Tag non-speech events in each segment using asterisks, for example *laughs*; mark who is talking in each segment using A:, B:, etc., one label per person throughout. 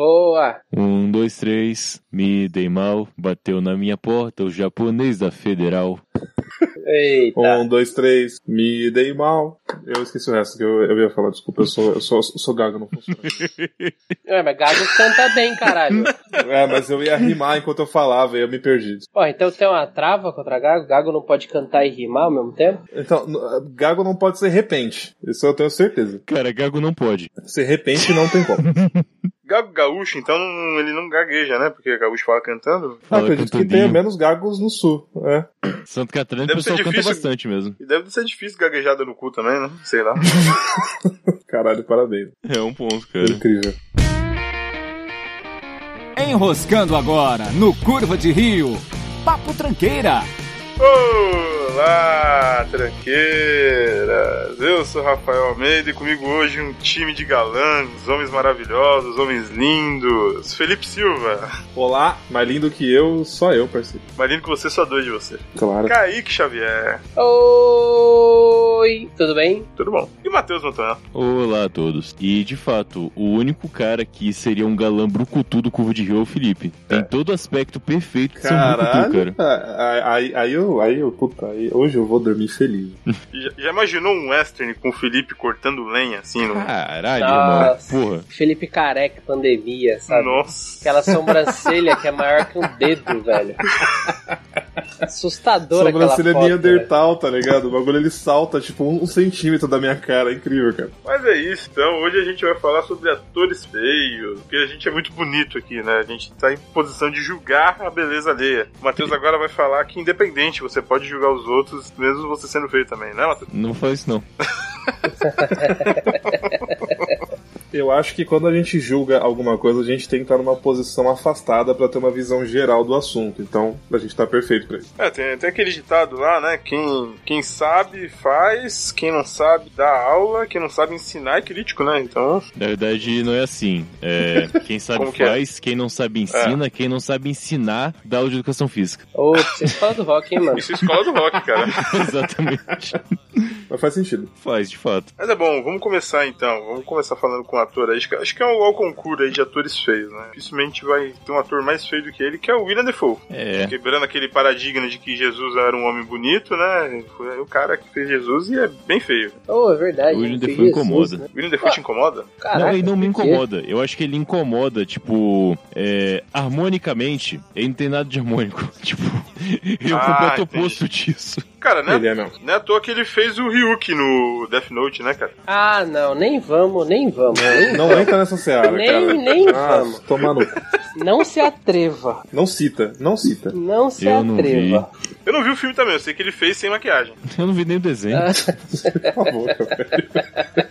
A: Boa!
B: Um, dois, três, me dei mal, bateu na minha porta o japonês da Federal.
A: Eita!
C: Um, dois, três, me dei mal. Eu esqueci o resto que eu, eu ia falar, desculpa, eu sou, eu sou, sou gago, não funciona.
A: É, mas Gago canta bem,
B: *laughs*
A: caralho.
C: *laughs* é, mas eu ia rimar enquanto eu falava e eu me perdi.
A: Ó, então tem uma trava contra Gago? Gago não pode cantar e rimar ao mesmo tempo?
C: Então, n- gago não pode ser repente, isso eu tenho certeza.
B: Cara, gago não pode.
C: Ser repente não tem *laughs* como.
D: Gago gaúcho, então não- ele não gagueja, né? Porque gaúcho fala cantando.
C: Ah,
B: Fala
C: acredito que
B: cantandinho.
C: tenha menos gagos no sul, é.
B: Santo Catarina o
D: Deve ser
B: pessoal canta
D: difícil.
B: bastante mesmo.
D: E deve ser difícil gaguejada no cu também, né? Sei lá.
C: Caralho, parabéns.
B: É um ponto, cara.
C: Incrível.
E: Enroscando agora no Curva de Rio. Papo Tranqueira.
D: Olá, tranqueiras! Eu sou Rafael Almeida e comigo hoje um time de galãs, homens maravilhosos, homens lindos. Felipe Silva,
C: Olá, mais lindo que eu, só eu, parceiro.
D: mais lindo que você, só dois de você.
C: Claro.
D: Kaique Xavier,
A: Oi! Tudo bem?
D: tudo bom? E Matheus Montanha.
B: Olá a todos. E, de fato, o único cara que seria um galã brucutu do Curvo de Rio é o Felipe. Tem todo aspecto perfeito de ser um brucutu,
C: Caralho,
B: cara.
C: ah, aí, aí eu, aí eu, puta, aí, hoje eu vou dormir feliz.
D: Já, já imaginou um western com o Felipe cortando lenha assim? No...
B: Caralho,
A: Nossa.
B: mano. Porra.
A: Felipe Careca, pandemia, sabe?
D: Nossa!
A: Aquela sobrancelha que é maior que um dedo, velho. Assustadora aquela foto. né?
C: Sobrancelha
A: velho.
C: Neandertal, tá ligado? O bagulho ele salta tipo um um centímetro da minha cara. É incrível, cara.
D: Mas é isso, então. Hoje a gente vai falar sobre atores feios, porque a gente é muito bonito aqui, né? A gente tá em posição de julgar a beleza alheia. O Matheus agora vai falar que, independente, você pode julgar os outros, mesmo você sendo feio também, né, Matheus?
B: Não faz isso, não.
C: Eu acho que quando a gente julga alguma coisa, a gente tem que estar numa posição afastada pra ter uma visão geral do assunto. Então, a gente tá perfeito pra isso.
D: É, tem, tem aquele ditado lá, né? Quem, quem sabe faz, quem não sabe dá aula, quem não sabe ensinar é crítico, né? Então,
B: Na verdade, não é assim. É, quem sabe
D: Como que é?
B: faz, quem não sabe ensina, quem não sabe ensinar dá aula de educação física. *laughs*
A: Ô, vocês falam do rock, hein, mano?
D: isso é escola do rock, cara.
B: Exatamente.
C: Mas faz sentido.
B: faz, de fato.
D: Mas é bom, vamos começar então. Vamos começar falando com um ator aí. Acho que- Acho que é um igual concurso aí de atores feios, né? Dificilmente vai ter um ator mais feio do que ele, que é o William Defoe.
B: É.
D: Quebrando aquele paradigma de que Jesus era um homem bonito, né? Foi o cara que fez Jesus e é bem feio.
A: Ô, é verdade.
B: O William
A: gente,
B: Defoe
A: Jesus,
B: incomoda.
A: né?
D: William Defoe te incomoda?
A: Caraca, é?
B: não, ele não me
A: por quê?
B: incomoda. Eu acho que ele incomoda, tipo, é, harmonicamente, ele não tem nada de harmônico. *laughs* Tipo, ele é o
D: Ah,
B: completo
D: entendi.
B: oposto disso.
D: Cara, né?
C: Ele é mesmo.
D: Não é à toa que ele fez o Ryuk no Death Note, né, cara?
A: Ah, não, nem vamos, nem vamos. Nem,
C: Não entra nessa seara,
A: Nem-
C: cara.
A: nem
C: ah,
A: vamos.
C: toma no.
A: não se atreva.
C: Não cita, não cita.
A: Não se
B: Eu não vi.
A: atreva.
D: Eu não vi o filme também, eu sei que ele fez sem maquiagem.
B: Eu não vi nem o desenho.
A: Ah.
C: Por favor, cara.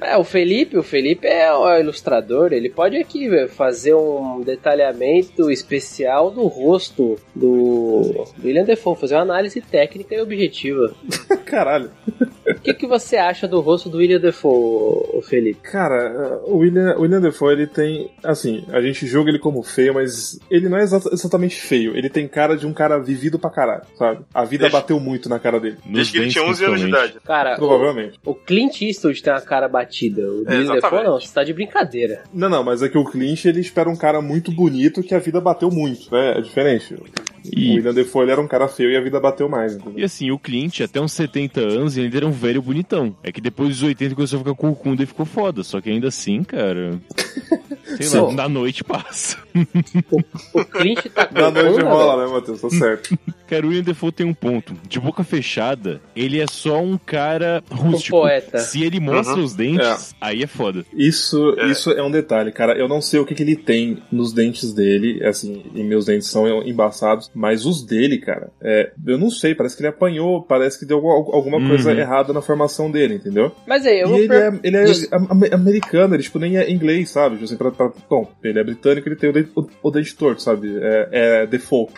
A: É, o Felipe, o Felipe é o ilustrador, ele pode aqui velho, fazer um detalhamento especial do rosto do do William Defoe, fazer uma análise técnica e objetiva.
C: Caralho.
A: O que, que você acha do rosto do William Defoe, ô Felipe?
C: Cara, o William, o William Defoe, ele tem. Assim, a gente julga ele como feio, mas ele não é exa- exatamente feio. Ele tem cara de um cara vivido pra caralho, sabe? A vida
D: Deixa-
C: bateu muito na cara dele.
B: Nos
D: Desde que ele
B: dentes,
D: tinha 11 anos de
B: principalmente.
D: idade.
A: Cara, o,
C: Provavelmente.
A: o Clint Eastwood tem uma cara batida, o
D: É,
A: William Defoe
D: exatamente.
A: não, você tá de brincadeira.
C: Não, não, mas é que o Clint, ele espera um cara muito bonito que a vida bateu muito, né? É diferente. O
B: E,
C: William Defoe, ele era um cara feio e a vida bateu mais, entendeu?
B: e assim, o Clint, até uns 70 anos, ele ainda era um velho bonitão. É que depois dos 80 começou a ficar corcunda e ficou foda. Só que ainda
A: *laughs*
B: assim, cara. Sei lá,
A: Só-
B: na noite passa.
A: O Clint
D: *laughs*
A: tá com
C: Na
A: cana,
C: noite
A: velho.
C: rola, né, Matheus? Tá certo.
B: Cara, o William Defoe tem um ponto. De boca fechada, ele é só um cara tipo, rústico.
A: poeta.
B: Se ele mostra
D: Uhum.
B: os dentes, aí é foda.
C: Isso
D: É.
C: é. isso é um detalhe, cara. Eu não sei o que, que ele tem nos dentes dele, assim, e meus dentes são embaçados, mas os dele, cara, é, eu não sei, parece que ele apanhou, parece que deu alguma alguma
B: Uhum.
C: coisa errada na formação dele, entendeu?
A: Mas aí, eu
C: E
A: vou
C: ele *laughs*
A: per...
C: é, ele é
A: Des-
C: am- am- americano, ele tipo, nem é inglês, sabe? Tipo, assim, pra- pra- bom, ele é britânico, ele tem o dente, o, o dente torto, sabe? É, é default.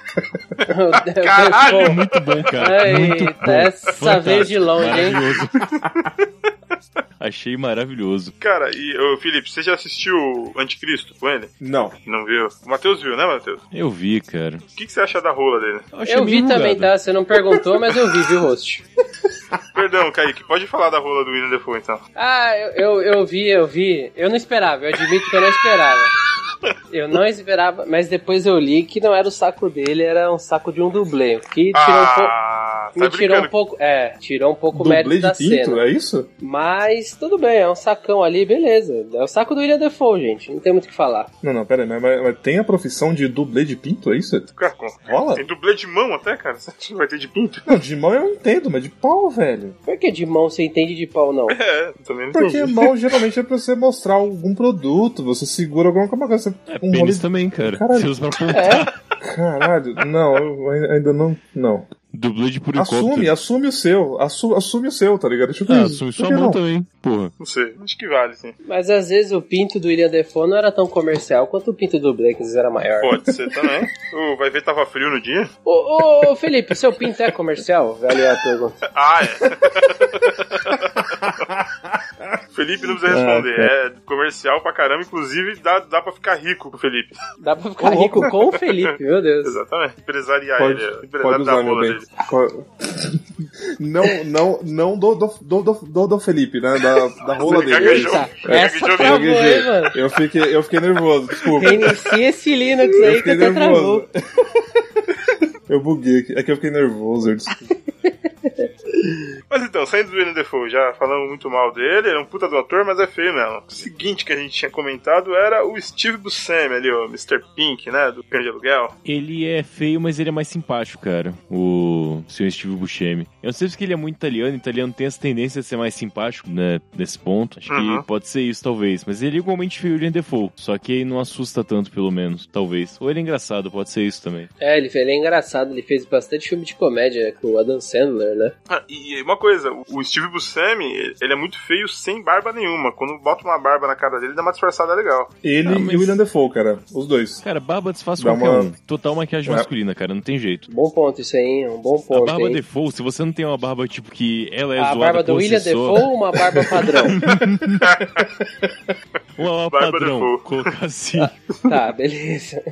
D: Caralho!
A: Defoe.
B: Muito bom, cara. Muito
A: Eita,
B: bom.
A: essa veio de longe, hein?
B: Maravilhoso. Achei maravilhoso.
D: Cara, e ô, Felipe, você já assistiu Anticristo com ele?
C: Não.
D: Não viu? O Matheus viu, né, Matheus?
B: Eu vi, cara.
D: O que, que você acha da rola dele?
B: achei
A: Eu
B: meio
A: vi também,
B: bugado.
A: tá? Você não perguntou, mas eu vi, viu, host?
D: Perdão, Kaique, pode falar da rola do William Defoe então.
A: Ah, eu, eu, eu vi, eu vi. Eu não esperava, eu admito que eu não esperava. Eu não esperava, mas depois eu li que não era o saco dele, era um saco de um dublê. o Que tirou um pouco.
D: Ah, tá
A: me tirou um
D: brincando.
A: pouco. É, tirou um pouco o mérito
C: Dublê
A: da
C: de pinto,
A: cena.
C: é isso?
A: Mas tudo bem, é um sacão ali, beleza. É o saco do William Defoe, gente. Não tem muito o que falar.
C: Não, não, pera aí, mas, mas- mas tem a profissão de dublê de pinto, é isso?
D: Cara, com-
C: Rola?
D: Tem dublê de mão até, cara. Você acha que vai ter de pinto? *laughs*
C: Não, de mão eu entendo, mas de pau, velho.
A: Por que de mão você entende de pau,
D: *laughs*
A: não?
D: É, também não
C: Porque
D: entendi.
C: mão geralmente é pra você mostrar algum produto, você segura alguma coisa. Você...
B: É,
C: um
B: pênis
C: rolê-
B: também, cara.
C: Caralho.
B: Você usa pra
A: É.
B: apontar.
C: Caralho, não, eu ai- ainda não. Não.
B: Dublê de por helicóptero.
C: Assume, assume o seu. Assu- assume o seu, tá ligado? Tipo
B: Ah,
C: isso.
B: assume
C: Por
B: sua
C: que
B: mão
C: não?
B: também, porra.
D: Não sei, acho que vale, sim.
A: Mas às vezes o pinto do William Defoe não era tão comercial quanto o pinto do Blake, às vezes era maior.
D: Pode ser *laughs* também. Ô, vai ver, tava frio no dia?
A: Ô, ô, ô, Felipe, seu pinto é comercial? Valeu a pergunta.
D: *laughs* Ah, é. *laughs* Felipe não precisa
C: Ah,
D: responder. É comercial pra caramba, inclusive dá, dá pra ficar rico com o Felipe.
A: Dá pra ficar
C: Ô, louco.
A: rico com o Felipe, meu Deus.
D: Exatamente. Empresariar
C: Pode,
D: ele. é,
C: pode
D: Empresário da
C: usar, meu
D: rola
C: bem.
D: dele.
C: Co- Não, não, não do, do, do, do, do, do Felipe, né? Da, da rola
D: Ele
C: dele.
D: gaguejou.
A: Eita,
D: Eu
A: Tá, essa
D: gaguejei
A: travou,
D: mesmo.
A: hein, mano?
C: Eu fiquei, eu fiquei nervoso, desculpa.
A: Reinicia esse Linux
C: Eu
A: aí que
C: fiquei
A: até travou.
C: nervoso. Eu buguei aqui. É que eu fiquei nervoso. eu desculpa.
D: Mas então, saindo do William Defoe, já falamos muito mal dele, ele é um puta do ator, mas é feio mesmo. O seguinte que a gente tinha comentado era o Steve Buscemi ali, o Mr. Pink, né, do Cães de Aluguel.
B: Ele é feio, mas ele é mais simpático, cara. O senhor Steve Buscemi. Eu não sei se porque ele é muito italiano, italiano tem essa tendência de ser mais simpático, né? Nesse ponto. Acho
D: Uhum.
B: que pode ser isso, talvez. Mas ele é igualmente feio, ele é default. Só que ele não assusta tanto, pelo menos. Talvez. Ou ele é engraçado, pode ser isso também.
A: É, ele, ele é engraçado, ele fez bastante filme de comédia com o Adam Sandler, né?
D: Ah, e uma coisa, o Steve Buscemi, ele é muito feio sem barba nenhuma. Quando bota uma barba na cara dele, dá uma disfarçada legal.
C: Ele
B: Ah, mas-
C: e o William Defoe, cara. Os dois.
B: Cara, barba desfaz
C: Dá
B: qualquer
C: uma-
B: um. Total maquiagem
C: É.
B: masculina, cara. Não tem jeito.
A: Bom ponto isso aí, hein? Um bom
B: A
A: ponto,
B: barba
A: hein?
B: default, se você não tem uma barba tipo que ela é
A: A
B: zoada
A: barba do
B: por si
A: William
B: só,
A: Defoe ou uma
B: *laughs*
A: barba padrão?
B: Uma, uma
D: Barba
B: padrão,
D: Defoe.
B: colocar
D: *laughs*
B: assim.
A: tá, beleza.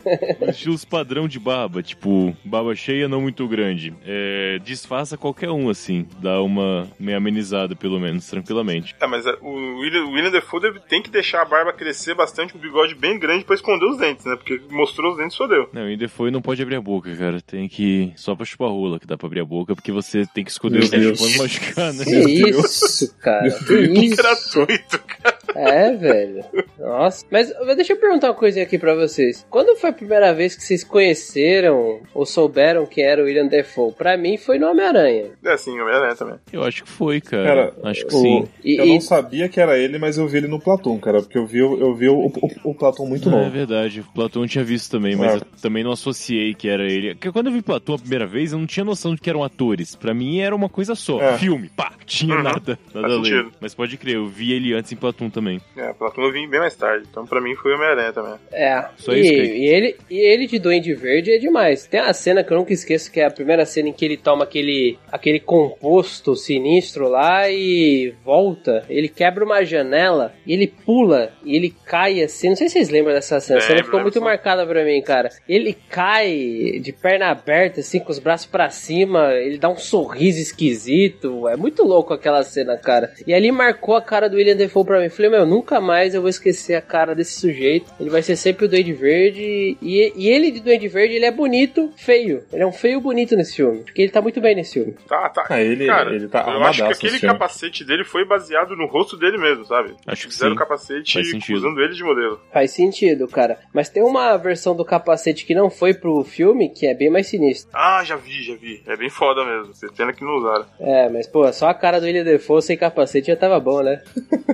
B: Estilos padrão de barba, tipo, barba cheia, não muito grande. É, disfarça qualquer um, assim. Dá uma meio amenizada, pelo menos, tranquilamente.
D: É, mas é, o William, o William Defoe deve- tem que deixar a barba crescer bastante, um bigode bem grande pra esconder os dentes, né? Porque mostrou os dentes, só deu.
B: Não, e depois não pode abrir a boca, cara. Tem que. Só pra chupar rola que dá pra abrir a boca, porque você tem que esconder
C: Meu
B: o dente
C: Deus.
B: pra não machucar, né?
A: Que isso, cara? Que
D: *laughs*
A: isso?
D: Gratuito, cara.
A: É, velho. Nossa. Mas mas deixa eu perguntar uma coisinha aqui pra vocês. Quando foi a primeira vez que vocês conheceram ou souberam quem era o William Defoe? Pra mim foi no Homem-Aranha.
D: É assim, o Homem-Aranha também.
B: Eu acho que foi, cara.
C: Cara,
B: acho que
C: o-
B: sim.
A: E,
C: eu
A: e-
C: não sabia que era ele, mas eu vi ele no Platão, cara. Porque eu vi, eu vi o, o, o Platão muito
B: Ah, é
C: novo.
B: verdade, o Platão tinha visto também, mas
C: É.
B: eu também não associei que era ele. Porque quando eu vi Platão a primeira vez, eu não tinha noção de que eram atores. Pra mim era uma coisa só.
C: É.
B: Filme, pá, tinha
D: Uhum.
B: nada. Nada
D: Faz
B: além.
D: sentido.
B: Mas pode crer, eu vi ele antes em Platão também.
D: É, Platão eu vim bem mais tarde. Então, pra mim, foi o Homem-Aranha também.
A: é.
B: Só
A: e,
B: isso, Kaique.
A: e ele, e ele de Duende Verde é demais. Tem uma cena que eu nunca esqueço, que é a primeira cena em que ele toma aquele, aquele composto sinistro lá e volta. Ele quebra uma janela e ele pula e ele cai assim. Não sei se vocês lembram dessa cena. Essa cena
D: Lembro,
A: ficou
D: lembro
A: muito
D: sim.
A: marcada pra mim, cara. Ele cai de perna aberta, assim, com os braços pra cima. Ele dá um sorriso esquisito. É muito louco aquela cena, cara. E ali marcou a cara do William Defoe pra mim. Falei, meu, nunca mais eu vou esquecer a cara desse sujeito. Ele vai ser sempre o Duende Verde. E, e ele de Duende Verde, ele é bonito, feio. Ele é um feio bonito nesse filme. Porque ele tá muito bem nesse filme.
D: Tá, tá.
C: Ah, ele-
D: cara,
C: ele tá
D: Eu acho que
C: armadaço
D: aquele
C: nesse filme.
D: capacete dele foi baseado no rosto dele mesmo, sabe?
B: Acho que
D: Fizeram
B: sim.
D: o capacete
B: Faz sentido.
D: usando ele de modelo.
A: Faz sentido, cara. Mas tem uma versão do capacete que não foi pro filme, que é bem mais sinistra.
D: Ah, já vi, já vi. É bem foda mesmo. Você Pena que não usaram.
A: É, mas pô, só a cara do William Defoe sem capacete já tava bom, né?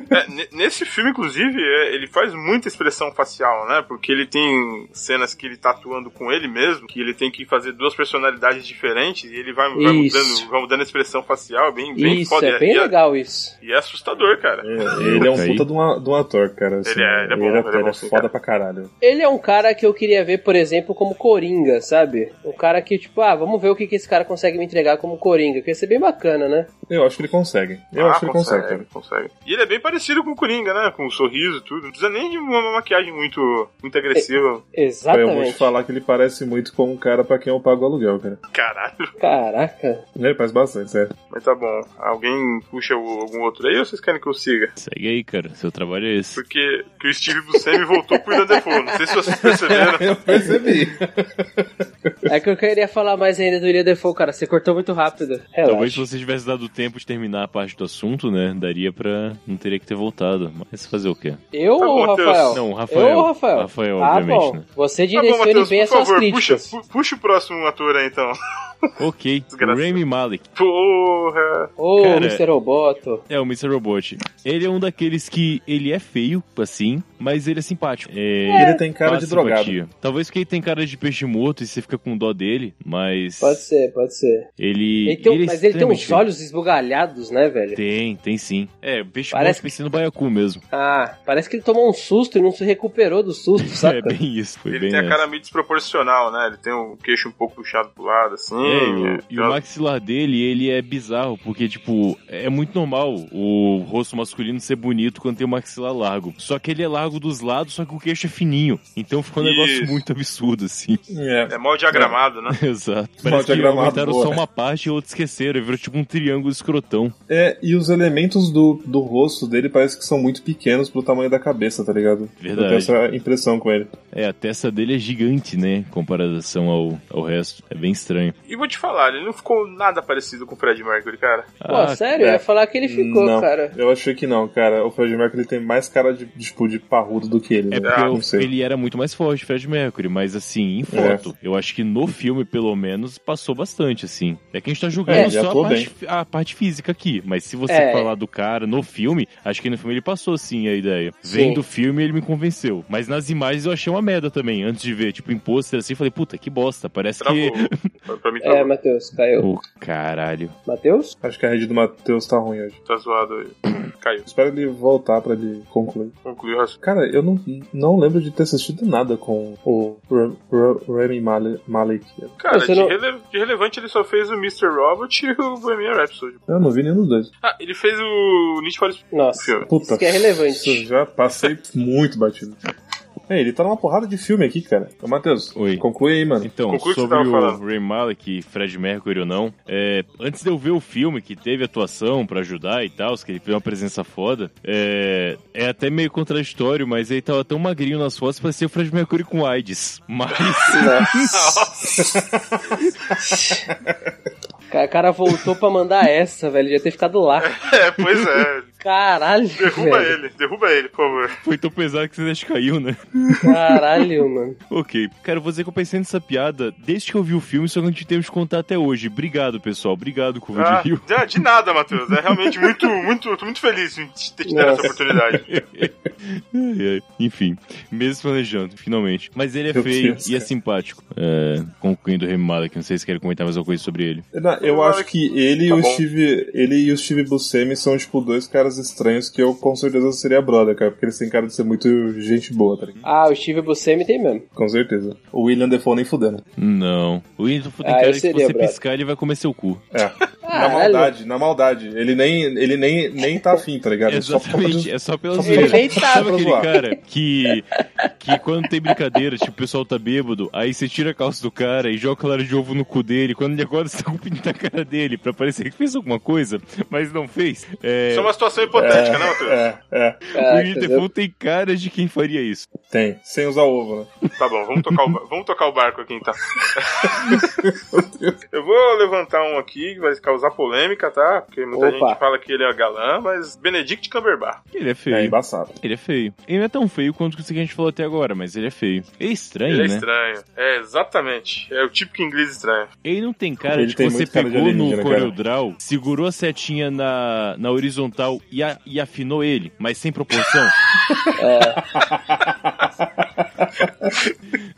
D: É, ne- nesse filme, inclusive, é, ele faz muita expressão facial, né? Porque ele tem cenas que ele tá atuando com ele mesmo, que ele tem que fazer duas personalidades diferentes e ele vai, vai
A: Isso.
D: mudando, vai mudando a expressão facial, é bem, bem
A: isso,
D: foda.
A: é bem
D: e,
A: legal isso.
D: e é assustador, cara.
C: É, ele é um
B: Aí.
C: puta de, uma, de um ator, cara. assim.
D: Ele é- ele é bom, ele é
C: ator,
D: bom, sim,
C: foda
D: cara.
C: pra caralho.
A: Ele é um cara que eu queria ver, por exemplo, como Coringa, sabe? Um cara que, tipo, ah, vamos ver o que, que esse cara consegue me entregar como Coringa, que ia ser bem bacana, né?
C: Eu acho que ele consegue. Eu
D: Ah,
C: acho que ele consegue, cara.
D: consegue. E ele é bem parecido com o Coringa, né? Com um sorriso e tudo. Não precisa nem de uma maquiagem muito, muito agressiva.
C: Cara, Então, Eu vou te
A: Exatamente.
C: falar que ele parece muito com um cara pra quem eu pago o aluguel, cara.
A: É.
D: Caralho.
A: Caraca.
C: Ele parece bastante, sério.
D: Mas tá bom. Alguém puxa o- algum outro aí ou vocês querem que eu siga?
B: Segue aí, cara. Seu trabalho é esse.
D: Porque que o Steve Buscemi voltou pro Ilha Defoe. Não sei se vocês perceberam.
C: Eu percebi.
A: É que eu queria falar mais ainda do Ilha Default, cara. Você cortou muito rápido. Relaxa.
B: Talvez se você tivesse dado tempo de terminar a parte do assunto, né? Daria pra. Não teria que ter voltado. Mas fazer o
D: *laughs*
B: quê?
A: Eu
D: Tá
A: ou o
D: bom, Matheus.
A: Rafael?
B: Não, o Rafael.
A: Eu ou o Rafael?
B: Rafael,
A: ah,
B: obviamente,
A: bom.
B: né?
A: Você
D: Tá bom,
A: direcione
D: Matheus,
A: bem
D: por
A: as suas
D: favor, puxa,
A: críticas.
D: pu- puxa o próximo ator aí então. *laughs*
B: Ok.
D: Desgraçado.
B: Rami Malek.
D: Porra!
A: Ô,
B: Cara,
A: Mr. Roboto.
B: É o Mr. Robot. Ele é um daqueles que. Ele é feio, assim, mas ele é simpático. É.
C: Ele tem cara
B: faz
C: de drogado.
B: simpatia. Talvez porque ele tem cara de peixe morto e você fica com dó dele, mas.
A: Pode ser, pode ser.
B: Ele.
A: Ele tem um-
B: é
A: mas ele tem uns
B: extremamente feio.
A: olhos esbugalhados, né, velho?
B: Tem, tem sim. É, peixe
A: Parece
B: morto pensando no baiacu mesmo. *laughs* É
A: Ah, parece que ele tomou um susto e não se recuperou do susto,
B: *laughs*
A: saca?
B: É bem isso, foi
D: Ele
B: bem
D: tem a
B: nessa.
D: cara meio desproporcional, né? Ele tem o queixo um pouco puxado pro lado,
B: É,
D: assim.
B: e
D: é,
B: o, e o
D: tá-
B: maxilar dele, ele é bizarro, porque, tipo, é muito normal o rosto masculino ser bonito quando tem o maxilar largo. Só que ele é largo dos lados, só que o queixo é fininho. Então ficou um negócio
D: Isso.
B: muito absurdo, assim. *laughs*
C: É.
D: é mal diagramado, né?
B: Exato.
C: Mal
B: Parece que
C: diagramado,
B: aumentaram
C: boa.
B: só uma parte e outro esqueceram. e Virou tipo um triângulo escrotão.
C: É, e os elementos do, do rosto dele parece que são muito pequenos pro tamanho da cabeça, tá ligado? Eu
B: Verdade.
C: tenho essa impressão com ele.
B: É, a testa dele é gigante, né? Em comparação ao, ao resto. É bem estranho.
D: E vou te falar, ele não ficou nada parecido com o Fred Mercury, cara.
A: Pô,
B: Ah,
A: sério? Eu
C: é.
A: ia falar que ele ficou,
C: não,
A: cara.
C: Eu achei que não, cara. O Fred Mercury tem mais cara de, de, tipo, de parrudo do que ele.
B: É
C: né?
B: porque
D: Ah,
B: eu-
C: não sei. É.
B: ele era muito mais forte, Fred Mercury, mas assim, em foto, eu acho que no filme, pelo menos, passou bastante, assim. É que a gente tá julgando
C: É, ele
B: só a
C: atuou
B: parte, a parte física aqui, mas se você
A: É.
B: falar do cara no filme, acho que no filme ele passou, sim, a ideia.
A: Sim.
B: Vendo o filme, ele me convenceu. Mas nas imagens eu achei uma merda também, antes de ver, tipo, em pôster, assim, falei, puta, que bosta, parece
C: Tá *laughs*
D: Travou.
B: que...
D: Pra- pra mim tá travou.
A: É, Matheus, caiu.
B: Ô, caralho.
A: Matheus?
C: Acho que a rede do Matheus tá ruim hoje.
D: Tá zoado
C: *clears throat*
D: aí. Caiu.
C: Espero ele voltar pra ele concluir.
D: Concluiu o raciocínio.
C: Cara, eu não, não lembro de ter assistido nada com o Ra- Ra- Rami Male- Malek.
D: Cara,
A: Você
D: de,
A: não-
D: rele- de relevante ele só fez o Mr. Robot e o Bohemian Rhapsody.
C: Eu não vi nenhum dos dois.
D: Ah, ele fez o Need for Speed
A: Nossa.
D: filme.
C: Puta.
A: Isso que é
C: Isso
A: relevante.
C: já passei muito batido. É, ele tá numa porrada de filme aqui, cara. Ô, Matheus,
B: Oi.
C: conclui aí, mano.
B: Então,
D: Conclui o que
B: sobre
D: você tava
B: o
D: falando.
B: Ray Malek e Fred Mercury ou não, é, antes de eu ver o filme que teve atuação pra ajudar e tal, que ele fez uma presença foda, é, é até meio contraditório, mas ele tava tão magrinho nas fotos pra ser o Fred Mercury com AIDS. Mas *laughs*
A: Cara, O cara voltou pra mandar essa, velho. Já ter ficado lá.
D: É, pois é.
C: *laughs*
A: Caralho,
D: Derruba
A: velho.
D: ele, derruba ele, por favor.
B: foi tão pesado que você acha que caiu, né?
A: Caralho, mano.
B: Ok. Cara, eu vou dizer que eu pensei nessa piada desde que eu vi o filme, só que não tivemos de contar até hoje. Obrigado, pessoal. Obrigado, Curva
D: Ah,
B: de Rio.
D: de- de nada, Matheus. É realmente muito, muito, eu tô muito feliz em te- ter te dado essa
A: Nossa.
D: oportunidade.
B: Ai, ai. Enfim, mesmo planejando, finalmente. Mas ele é
C: Meu
B: feio
C: Deus,
B: e é
C: cara.
B: simpático. É, concluindo o Remy Malek, não sei se querem comentar mais alguma coisa sobre ele.
C: Não, eu
D: Malek.
C: acho que ele, e
D: Tá
C: o
D: bom.
C: Steve, ele e o Steve Buscemi são, tipo, dois caras estranhos que eu com certeza seria brother, cara. Porque eles têm cara de ser muito gente boa, tá ligado?
A: Ah, o Steve Buscemi tem mesmo.
C: Com certeza. O William Defoe nem fudendo.
B: Não. O Whindersson
A: Ah,
B: tem
A: eu
B: cara que se
A: seria,
B: você
A: brother.
B: piscar, ele vai comer seu cu.
C: Na
A: Caralho.
C: maldade, na maldade. Ele nem, ele nem, nem tá afim, tá ligado? Ele só fala
B: Exatamente. É só pelas
C: Ele
A: nem tá,
B: Sabe
C: pra
B: aquele
C: zoar.
B: cara que, que quando tem brincadeira, tipo, o pessoal tá bêbado, aí você tira a calça do cara e joga clara de ovo no cu dele. Quando ele acorda, você tá com o pinto na cara dele pra parecer que fez alguma coisa, mas não fez. É,
D: Isso é uma situação hipotética, né, Matheus?
C: É, é,
B: o
A: Caraca,
B: Whindersson tem cara de quem faria isso.
C: tem. Sem usar ovo, né?
D: Tá bom, vamos tocar o, ba- vamos tocar o barco aqui então. Eu vou levantar um aqui que vai causar polêmica, tá? Porque muita
A: Opa.
D: gente fala que ele é galã, mas Benedict Cumberbatch.
B: Ele é
C: É
B: feio.
C: embaçado.
B: ele é feio. Ele não é tão feio quanto o que a gente falou até agora, mas ele é feio. Ele é estranho,
D: Ele é
B: né?
D: estranho. É, exatamente. É o típico inglês estranho.
B: Ele não tem cara
C: Ele
B: de que
C: tem
B: você
C: muito cara de
B: pegou no
C: alienígena, cara.
B: CorelDRAW, segurou a setinha na, na horizontal e, a- e afinou ele, mas sem proporção.
C: É.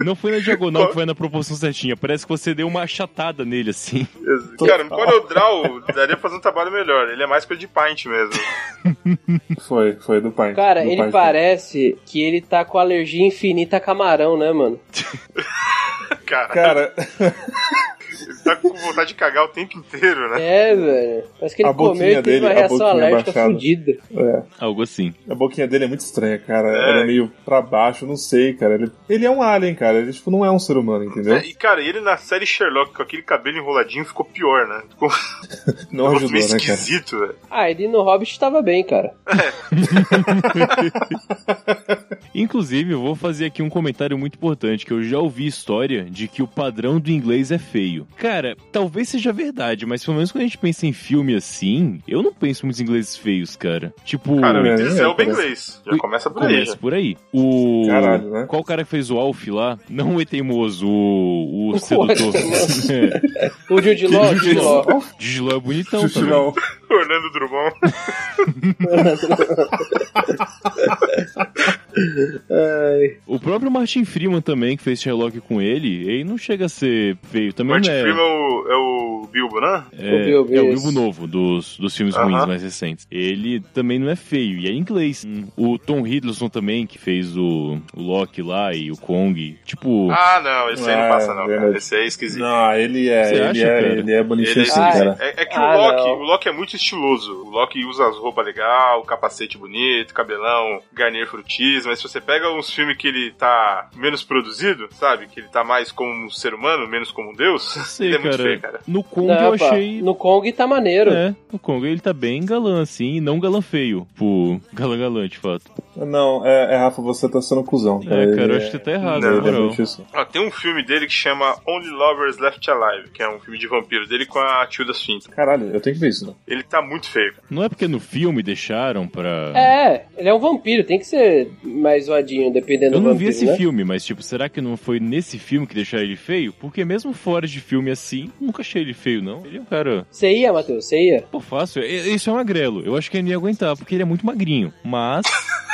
B: Não foi na diagonal, foi na proporção certinha. Parece que você deu uma achatada nele, assim.
D: Cara, no CorelDRAW daria pra fazer um trabalho melhor. Ele é mais coisa de pint mesmo.
C: Foi, foi do pai.
A: Cara,
C: do
A: ele
C: pai.
A: parece que ele tá com alergia infinita a camarão, né, mano?
D: Cara,
C: Cara,
D: tá com vontade de cagar o tempo inteiro, né?
A: É, velho. Parece que ele
C: A
A: comeu e teve
C: boquinha dele,
A: uma
C: a
A: reação
C: boquinha
A: alérgica
C: baixada.
A: fodida.
C: É,
B: Algo assim.
C: *laughs* a boquinha dele é muito estranha, cara.
D: É.
C: Ela é meio pra baixo, não sei, cara. Ele, ele é um alien, cara. Ele, tipo, não é um ser humano, entendeu?
D: É, E cara, ele na série Sherlock com aquele cabelo enroladinho ficou pior, né? Ficou
C: Não
D: ficou meio
C: ajudou, né,
D: *laughs*
C: cara?
D: esquisito, velho.
A: Ah, ele no Hobbit tava bem, cara.
B: Inclusive, eu vou fazer aqui um comentário muito importante, que eu já ouvi história de que o padrão do inglês é feio. Cara, talvez seja verdade, mas pelo menos quando a gente pensa em filme assim, eu não penso nos ingleses feios, cara. Tipo...
D: Cara, o
C: é,
D: Idris
C: é,
D: Elba é
C: parece- é.
D: inglês. Já começa por aí.
B: Começa
D: já. *laughs*
B: por aí. O.
C: Caralho, né?
B: Qual cara que fez o Alf lá? Não o Eteimoso, o, o sedutor.
A: Alf.
B: *laughs* É.
A: O
B: *laughs*
A: Jude Law, o Jude Law.
B: Digilão é bonitão
C: Xuxa,
B: também.
C: não.
D: Orlando Drummond.
A: Ai.
B: O próprio Martin Freeman também, que fez Sherlock com ele, ele não chega a ser feio. Também
D: Martin
B: não é.
D: Freeman é o, é o Bilbo, né?
B: É,
A: O Bilbo,
B: é o
A: isso.
B: Bilbo novo dos, dos filmes
D: Aham.
B: ruins mais recentes. Ele também não é feio, e é inglês. O Tom Hiddleston também, que fez o, o Loki lá e o Kong. Tipo,
D: Ah, não, esse aí não
C: Ah,
D: passa, não, cara.
C: verdade.
D: Esse aí é esquisito.
C: Não, ele é,
B: Você
C: ele,
B: acha,
C: é
B: cara?
C: ele é bonitinho
D: Ele é,
C: assim,
A: Ah,
C: cara.
D: é, é que
A: Ah,
D: o Loki,
A: não.
D: o Loki é muito estiloso. O Loki usa as roupas legal, o capacete bonito, cabelão, Garnier Frutis, mas se você pega uns filmes que ele tá menos produzido, sabe? Que ele tá mais como um ser humano, menos como um deus, *laughs*
B: não sei,
D: ele é muito
B: cara.
D: feio, cara.
B: No Kong
A: Não,
B: eu
A: pá,
B: achei.
A: No Kong tá maneiro.
B: É, o Congo ele tá bem galã, assim, e não galã feio. Pô, galã galã, de fato.
C: Não, é, é, Rafa, você tá sendo cuzão, cara.
B: É,
C: Ele
B: cara, eu
C: é-
B: acho que você tá errado, na
D: Não,
C: ele é
B: moral.
C: bonitinho assim.
D: Ó, tem um filme dele que chama Only Lovers Left Alive, que é um filme de vampiro dele com a Tilda Swinton.
C: Caralho, eu tenho que ver isso, né?
D: Ele tá muito feio. cara.
B: Não é porque no filme deixaram pra.
A: É, ele é um vampiro, tem que ser mais zoadinho, dependendo
B: Eu
A: do
B: não vi
A: vampiro,
B: esse
A: né?
B: filme, mas, tipo, será que não foi nesse filme que deixaram ele feio? Porque mesmo fora de filme assim, nunca achei ele feio, não. Ele é um cara.
A: Você ia, Matheus? Você ia?
B: Pô, fácil. E- Isso é magrelo. Eu acho que ele ia aguentar, porque ele é muito magrinho. Mas.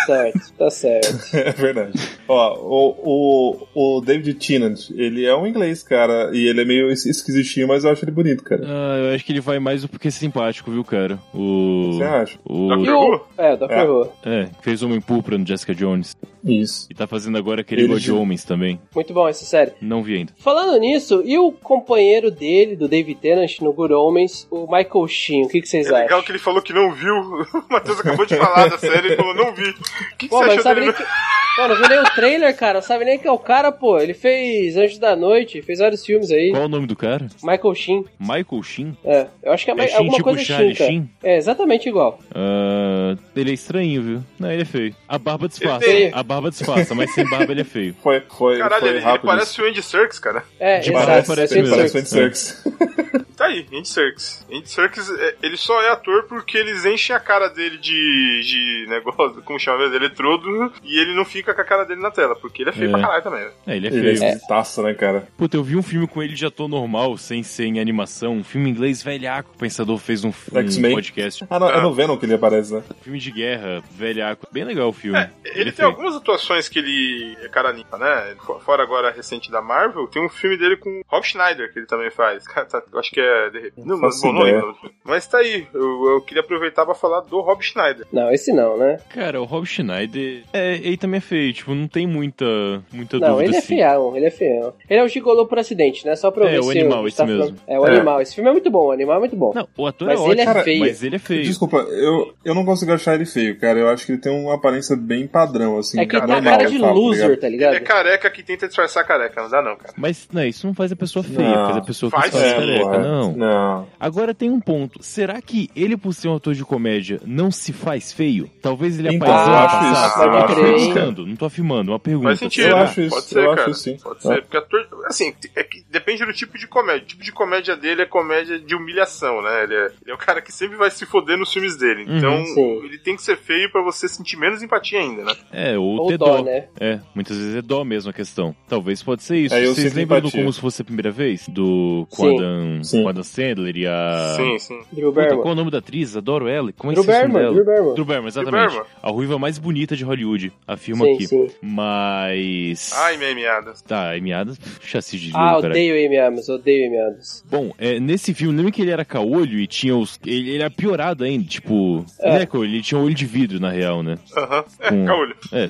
A: Certo, tá certo.
C: É verdade. Ó, o, o, o David Tennant, ele é um inglês, cara, e ele é meio es- esquisitinho, mas eu acho ele bonito, cara.
B: ah, eu acho que ele vai mais do porque é simpático, viu, cara? O.
C: Você acha?
B: O.
A: E o... É, o Dr.
C: É.
A: Who.
B: É, que fez Homem Púrpura no Jessica Jones.
C: Isso.
B: E tá fazendo agora aquele
C: Ele
B: God de
C: já-
B: Homens também.
A: Muito bom essa série.
B: Não vi ainda.
A: Falando nisso, e o companheiro dele, do David Tennant, no Good Homens, o Michael Sheen, o que, que vocês
D: É legal
A: acham?
D: que ele falou que não viu. *laughs* O Matheus acabou de falar da série, ele falou, não vi. O que, que
A: Pô,
D: você
A: mas não
D: achou
A: sabe
D: dele? né?
A: nem que... Pô, não viu nem o trailer, cara, não sabe nem que é o cara, pô. Ele fez Anjos da Noite, fez vários filmes aí.
B: Qual o nome do cara?
A: Michael Sheen,
B: Michael Sheen?
A: é. Eu acho que é,
B: É
A: mais
B: Shin
A: alguma
B: tipo
A: coisa
B: Charlie
A: Sheen, cara.
B: Shin?
A: É, exatamente igual.
B: Ah, ele é estranho, viu? Não, ele é feio. A barba disfarça.
A: Ele tem-
B: A barba disfarça, mas sem barba ele é feio.
C: Foi, foi,
D: Caralho,
C: foi
D: ele, ele
C: rápido.
D: parece o Andy Serkis, cara.
A: É,
B: De
A: exato.
B: barba
C: Parece,
B: parece
A: Andy
C: ele
B: mesmo.
C: parece o
A: Serkis.
C: Andy Serkis.
D: Tá aí, Andy Serkis. Andy Serkis, é, ele só é ator porque eles enchem a cara dele de, de negócio, como chama, mesmo? eletrodo, e ele não fica com a cara dele na tela, porque ele é feio
B: É.
D: pra caralho também. velho.
B: É, ele é
C: Ele é
B: feio.
C: esquisitaço, né, cara?
B: Puta, eu vi um filme com ele de ator normal, sem ser em animação. Um filme inglês velhaco. O Pensador fez um, um
C: X-Men.
B: podcast.
C: Ah, não, é no Venom que ele aparece, né?
B: Um filme de guerra, velhaco. Bem legal o filme.
D: É,
B: é
D: Ele, tem
B: feio.
D: algumas atuações que ele é cara limpa, né? Ele for- Fora agora recente da Marvel, tem um filme dele com o Rob Schneider, que ele também faz. *laughs* Cara, tá- eu acho que é. de- Não, mas,
C: faço
D: bom, não
C: ideia.
D: lembro. mas tá aí, eu, eu queria aproveitar pra falar do Rob Schneider.
A: Não, esse não, né?
B: Cara, o Rob Schneider. É, ele também é feio. Tipo, não tem muita, muita
A: Não,
B: dúvida
A: ele é
B: assim.
A: feião, ele é feião. Ele é o gigolô por acidente, né? Só pra eu
B: É,
A: ver
B: o
A: se
B: animal,
A: eu,
B: esse
A: tá
B: mesmo.
A: falando- É, o
C: É.
A: animal. Esse filme é muito bom, o animal é muito bom.
B: Não, o ator
A: Mas
B: é
A: ele
B: ótimo.
A: é feio.
B: Mas ele é feio.
C: Desculpa, eu, eu não consigo achar ele feio, cara. Eu acho que ele tem uma aparência bem padrão, assim.
A: é que ele
D: cara,
A: tá a
C: normal,
A: cara de
C: eu falo, tá
A: loser,
C: ligado?
A: tá
D: Ele
A: ligado?
D: é careca que tenta disfarçar careca, não dá não, cara.
B: Mas não, isso não faz a pessoa feia,
C: Não.
B: faz a pessoa que
D: Faz é.
B: se faz
D: sim,
B: careca,
C: ué.
B: não.
C: É, Não.
B: Agora tem um ponto. Será que ele, por ser um ator de comédia, não se faz feio? Talvez ele
C: Então,
B: apareça
A: eu
B: no
A: acho
B: passado.
A: isso, eu
B: não tô
A: acho isso,
B: perguntando, não tô afirmando, é uma pergunta.
D: Faz sentido,
C: Eu
D: né?
C: acho isso,
D: Pode ser,
C: eu acho
D: cara.
C: sim.
D: Pode
C: É.
D: ser, porque ator. Assim, é que depende do tipo de comédia. O tipo de comédia dele é comédia de humilhação, né? Ele é, ele é o cara que sempre vai se foder nos filmes dele.
B: Uhum,
D: Então,
A: sim.
D: ele tem que ser feio pra você sentir menos empatia ainda, né?
B: É, ou,
A: Ou
B: ter
A: dó,
B: dó.
A: né?
B: É, muitas vezes é dó mesmo a questão. Talvez pode ser isso.
C: É, eu
B: Vocês
C: sinto
B: lembram do
C: empatia.
B: Como Se Fosse a Primeira Vez? Do com
A: Sim.
B: Adam,
C: Sim.
B: com Adam Sandler e a.
D: Sim, sim.
A: Drew
B: Puta,
A: Barrymore.
B: qual é o nome da atriz? Adoro ela. Como é que
A: Drew
B: se chama
A: Barrymore, Drew
B: dela?
A: Barrymore.
B: Drew Barrymore,
D: Drew
B: exatamente.
D: Barrymore.
B: A ruiva mais bonita de Hollywood, afirma
A: Sim,
B: aqui.
A: sim.
B: Mas.
D: Ai, minha meada.
B: Tá, emiadas. Chassi de
A: Ah,
B: livro, caralho.
A: odeio Amy Adams, odeio Amy Adams.
B: Bom, é, nesse filme, lembra que ele era caolho e tinha os. Ele, ele era piorado ainda, tipo.
A: É.
B: Não é caolho, ele tinha olho de vidro, na real, né?
D: Aham. *laughs*
B: Hum.
D: É, caolho.
B: É.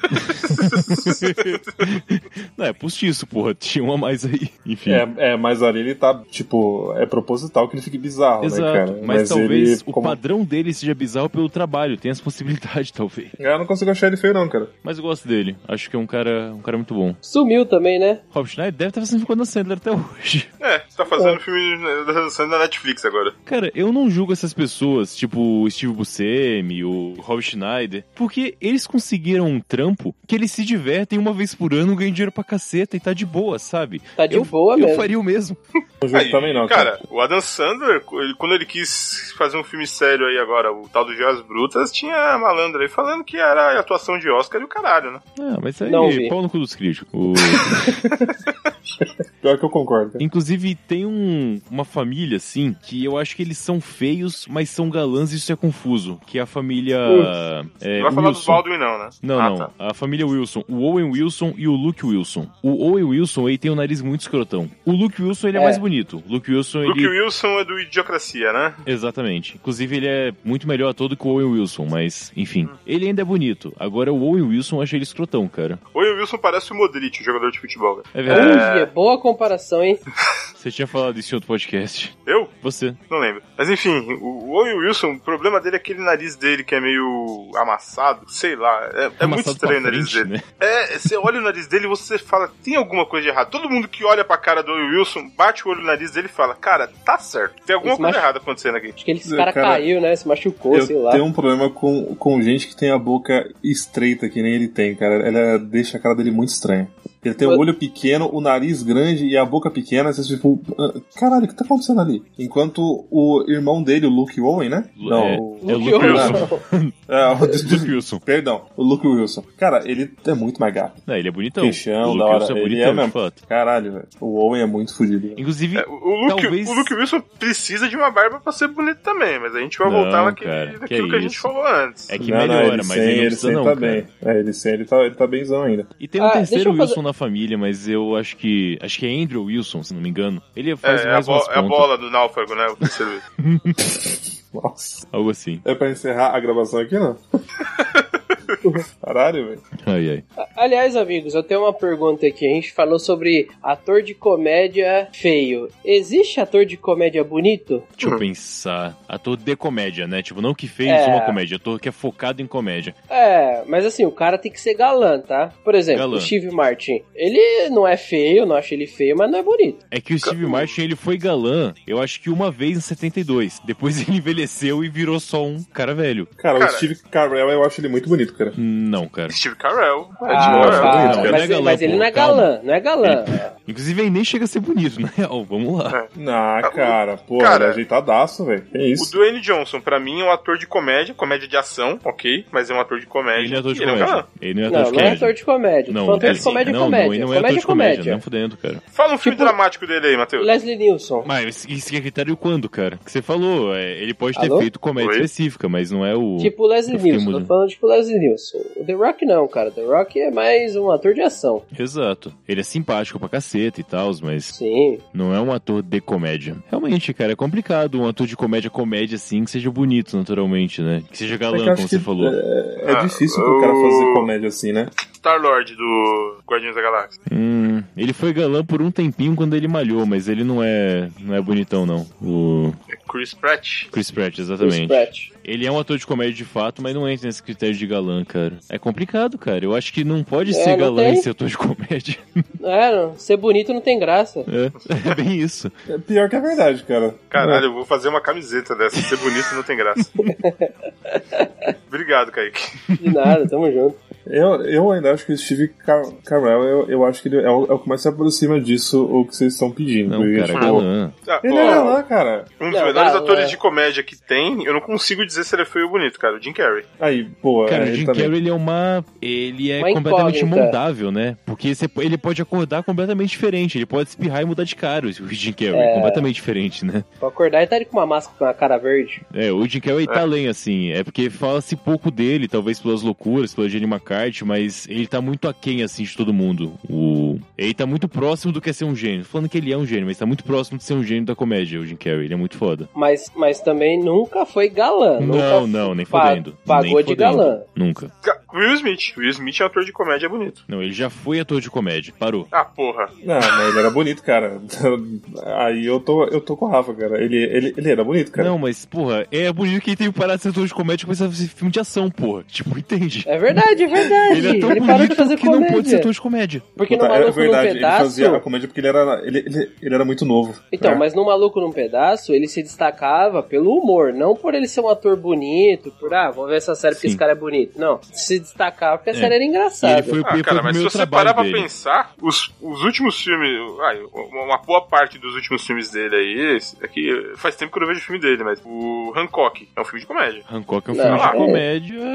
B: não, é postiço, porra. Tinha uma a mais aí. Enfim.
C: É, é, mas ali ele tá, tipo, é proposital que ele fique bizarro, né, cara?
B: Exato, mas, talvez
C: ele,
B: o
C: como-
B: padrão dele seja bizarro pelo trabalho, tem essa possibilidade, *laughs* talvez.
C: Eu não consigo achar ele feio, não, cara.
B: Mas eu gosto dele, acho que é um cara, um cara muito bom.
A: Sumiu também, né?
B: Rob Schneider deve estar fazendo Adam Sandler até *laughs* hoje.
D: É, tá fazendo filme da dançando na Netflix agora.
B: Cara, eu não julgo essas pessoas, tipo o Steve Buscemi, o Rob Schneider, porque eles conseguiram um trampo que eles se divertem uma vez por ano, ganham dinheiro pra caceta e tá de boa, sabe?
A: Tá de
B: eu,
A: boa
B: eu
A: mesmo.
B: faria o mesmo.
C: Não julgo
D: Aí,
C: também, não, cara.
D: cara, o Adam Sandler, ele- quando ele quis fazer um filme sério aí agora, o tal do Joias Brutas, tinha malandro aí falando que era atuação de Oscar e o caralho, né?
B: Ah, mas aí,
A: Não vi.
B: pau no cu dos críticos. O-
C: Pior que eu concordo. cara.
B: Inclusive, tem um- uma família, assim, que eu acho que eles são feios, mas são galãs e isso é confuso. Que é a família. é,
D: não vai falar do
B: Wilson.
D: Baldwin, não, né?
B: Não,
D: Ah,
B: não.
D: tá.
B: A família Wilson. O Owen Wilson e o Luke Wilson. O Owen Wilson, ele tem o nariz muito escrotão. O Luke Wilson, ele é,
A: É.
B: mais bonito. O Luke Wilson,
D: Luke
B: ele...
D: Wilson é do Idiocracia, né?
B: Exatamente. Inclusive, ele é muito melhor ator do que o Owen Wilson, mas, enfim. Ele ainda é bonito. Agora, o Owen Wilson, eu achei ele escrotão, cara.
D: Ou o Wilson parece o Modric, o jogador de futebol. né?
B: É
A: Bom
B: verdade.
A: dia, boa comparação, hein?
D: É.
B: Você tinha falado isso em outro podcast.
D: Eu?
B: Você.
D: Não lembro. Mas enfim, o o Owen Wilson, o problema dele é aquele nariz dele que é meio amassado, sei lá. É, é muito
B: amassado pra
D: estranho o nariz
B: frente,
D: dele.
B: né? *laughs*
D: É, você olha o nariz dele e você fala, tem alguma coisa de errado. Todo mundo que olha pra cara do Owen Wilson, bate o olho no nariz dele e fala, cara, tá certo. Tem alguma
A: Isso,
D: coisa
A: mas-
D: errada acontecendo aqui.
A: Acho que esse
C: Eu,
A: cara,
C: cara,
A: caiu, né? Se machucou, sei
C: Eu
A: lá.
C: tenho um problema com, com gente que tem a boca estreita, que nem ele tem, cara. Ela deixa a cara dele muito estranha. Ele tem o
A: Eu-
C: olho pequeno, o nariz grande e a boca pequena. Vocês tipo, "Ah, caralho, o que tá acontecendo ali? Enquanto o irmão dele, o Luke Owen, né?
B: Lu-
C: Não,
B: é.
C: o...
B: É o Luke
A: Wilson.
C: É, o... *laughs*
B: Luke Wilson.
C: Perdão, o Luke Wilson. Cara, ele é muito mais gato.
B: Não, ele é bonitão.
C: Queixão,
B: o Luke
C: da hora.
B: Wilson é
C: Ele
B: bonitão,
C: é
B: de
C: mesmo.
B: fato.
C: Caralho, velho. O Owen é muito fodido.
B: Inclusive,
D: É, o, o Luke,
B: Talvez-
D: o Luke Wilson precisa de uma barba pra ser bonito também, mas a gente vai
B: Não,
D: voltar naquele,
B: cara, que
D: naquilo que, a gente
B: isso.
D: falou antes.
B: é que
C: Não, não,
B: melhora,
C: ele
B: mas
C: sem,
B: ele não
C: ele
B: precisa
C: sem
B: não,
C: tá
B: cara.
C: bem. É, ele sem, ele tá, ele tá benzão ainda.
B: E tem um
A: Ah, deixa
B: terceiro
A: eu fazer-
B: Wilson na família, mas eu acho que... Acho que é Andrew Wilson, se não me engano. Ele
D: É,
B: faz
D: é a,
B: mais
D: bo-
B: umas
D: é a
B: pontas,
D: bola do náufrago, né? O terceiro *laughs* Wilson.
C: Nossa.
B: algo assim.
C: É pra encerrar a gravação aqui,
B: *laughs*
C: não? Caralho, velho.
B: Ai, ai.
A: Aliás, amigos, eu tenho uma pergunta aqui. A gente falou sobre ator de comédia feio. Existe ator de comédia bonito?
B: Deixa
D: Uhum.
B: eu pensar. Ator de comédia, né? Tipo, não que fez
A: É.
B: uma comédia. Ator que é focado em comédia.
A: É, mas assim, o cara tem que ser galã, tá? Por exemplo,
B: Galã.
A: o Steve Martin. Ele não é feio, não acho ele feio, mas não é bonito.
B: É que o Steve Martin, ele foi galã, eu acho que uma vez em 72. Depois *laughs* ele envelheceu e virou só um cara velho.
C: Cara,
D: Cara.
C: o Steve Carell, eu acho ele muito bonito, cara.
B: Não, cara.
D: Steve Carell. É
A: Ah,
D: Steve
A: para.
D: Carell.
C: bonito,
A: mas,
C: cara.
B: Não é galã,
A: mas ele
B: pô,
A: não é
B: calma.
A: galã, não é galã.
B: Inclusive, ele nem chega a ser bonito, na *laughs* real. Vamos lá.
C: Ah,
D: Ah, o-
C: cara, pô,
D: cara.
C: ele é ajeitadaço, velho. Que
D: O
C: isso?
D: Dwayne Johnson, pra mim, é um ator de comédia, comédia de ação, ok, mas é um ator de comédia.
B: Ele não é ator de
D: e ele um
B: comédia.
D: galã.
B: Ele não é ator
A: Não,
B: de
A: não é
B: comédia.
A: ator de comédia. Não, ator
B: ele-
A: de comédia é
B: não,
A: comédia.
B: Não, ele não é ator
A: comédia é
B: de comédia,
A: comédia.
B: não fudendo, cara.
D: Fala um filme
A: Tipo-
D: dramático dele aí, Matheus.
A: Leslie Nielsen.
B: Mas isso que é critério quando, cara? Que você falou, é, ele pode ter
A: Alô?
B: feito comédia
D: Oi?
B: específica, mas não é o...
A: Tipo o Leslie
B: Eu fiquei
A: Nielsen, tô
B: mudando.
A: falando tipo o Leslie Nielsen. O The Rock não, cara. The Rock é mais um ator de ação.
B: Exato. Ele é simpático pra caceta e tal, mas
A: Sim.
B: não é um ator de comédia. Realmente, cara, é complicado um ator de comédia, comédia assim, que seja bonito, naturalmente, né? Que seja
C: É que eu
B: galã,
C: acho
B: como
C: que
B: você falou.
C: É, é
D: Ah,
C: difícil pro cara
D: o-
C: fazer comédia assim, né?
D: Star-Lord do Guardiões da Galáxia.
B: Hum, ele foi galã por um tempinho quando ele malhou, mas ele não é, não é bonitão, não. O
D: É Chris Pratt.
B: Chris Pratt,
A: Chris
B: exatamente.
A: Pratt.
B: Ele é um ator de comédia de fato, mas não entra nesse critério de galã, cara. É complicado, cara. Eu acho que não pode
A: É,
B: ser
A: não
B: galã
A: tem.
B: e ser ator de comédia. *laughs*
A: É, não, ser bonito não tem graça.
B: É, é bem isso.
C: É pior que é verdade, cara.
D: Caralho, eu vou fazer uma camiseta dessa.
A: *laughs*
D: Ser bonito não tem graça. Obrigado, Kaique.
A: De nada, *laughs* tamo junto.
C: É, Eu, eu ainda acho que o Steve Car Carell, eu, eu acho que ele é o, é o que mais se aproxima disso, o que vocês estão pedindo.
B: Não,
C: Porque,
B: cara,
C: tipo,
B: galã.
D: Ah,
C: Ele
D: ó,
C: era lá, cara.
D: um dos
A: Não,
D: melhores
A: não,
D: atores
A: é.
D: de comédia que tem, eu não consigo dizer se ele é feio ou bonito, cara. O Jim Carrey.
C: Aí, pô,
B: Cara,
C: é,
B: o
C: ele
B: Jim
C: também.
B: Carrey, ele é uma... Ele é
A: Uma
B: completamente
A: incógnita.
B: moldável, né? Porque você- ele pode acordar completamente diferente. Ele pode espirrar e mudar de cara, o Jim Carrey.
A: É.
B: Completamente diferente, né?
A: Pra acordar, ele tá ali com uma máscara com a cara verde.
B: É, o Jim Carrey
D: É.
B: tá além, assim. É porque fala-se pouco dele, talvez pelas loucuras, pela Jenny McCarthy, mas ele tá muito aquém, assim, de todo mundo. O... Ele tá muito próximo do que é ser um gênio. Falando que ele é um gênio, mas tá muito próximo de ser um gênio da comédia, o Jim Carrey. Ele é muito foda.
A: Mas, mas também nunca foi galã.
B: não,
A: nunca
B: não, nem
A: pa-
B: fodendo.
A: Pagou
B: nem
A: de
B: fodendo.
A: galã.
B: Nunca.
D: Ca- Will Smith. Will Smith é ator de comédia bonito.
B: Não, ele já foi ator de comédia. Parou.
D: Ah, porra.
C: Não, mas ele era bonito, cara. *laughs* Aí eu tô, eu tô com o Rafa, cara. Ele, ele, ele era bonito, cara.
B: Não, mas, porra, é bonito que ele teve que parar de ser ator de comédia e começar a fazer filme de ação, porra. *laughs* Tipo, entende?
A: É verdade, é verdade.
B: Ele é tão
A: parou de
B: bonito
A: fazer
B: que
A: comédia.
B: não pode ser ator de comédia.
A: Porque no
C: Puta, é
A: Maluco
C: verdade,
A: num
C: ele
A: Pedaço.
C: fazia a comédia porque ele era, ele, ele, ele era muito novo.
A: Então,
C: É.
A: mas no Maluco num Pedaço, ele se destacava pelo humor, não por ele ser um ator bonito, por, ah, vou ver essa série porque
B: Sim.
A: esse cara é bonito. Não, se destacava porque a
B: É.
A: série era
B: E
A: engraçada.
B: ele foi,
D: Ah,
B: foi
D: cara,
B: o
D: mas se
B: primeiro
D: você
B: trabalho
D: parar pra
B: dele.
D: pensar, os, os últimos filmes. ah, uma uma boa parte dos últimos filmes dele aí. É que faz tempo que eu não vejo filme dele, mas. O Hancock é um filme de comédia.
B: Hancock é um
A: Não,
B: filme
D: é-
B: de
A: É
B: comédia.
A: um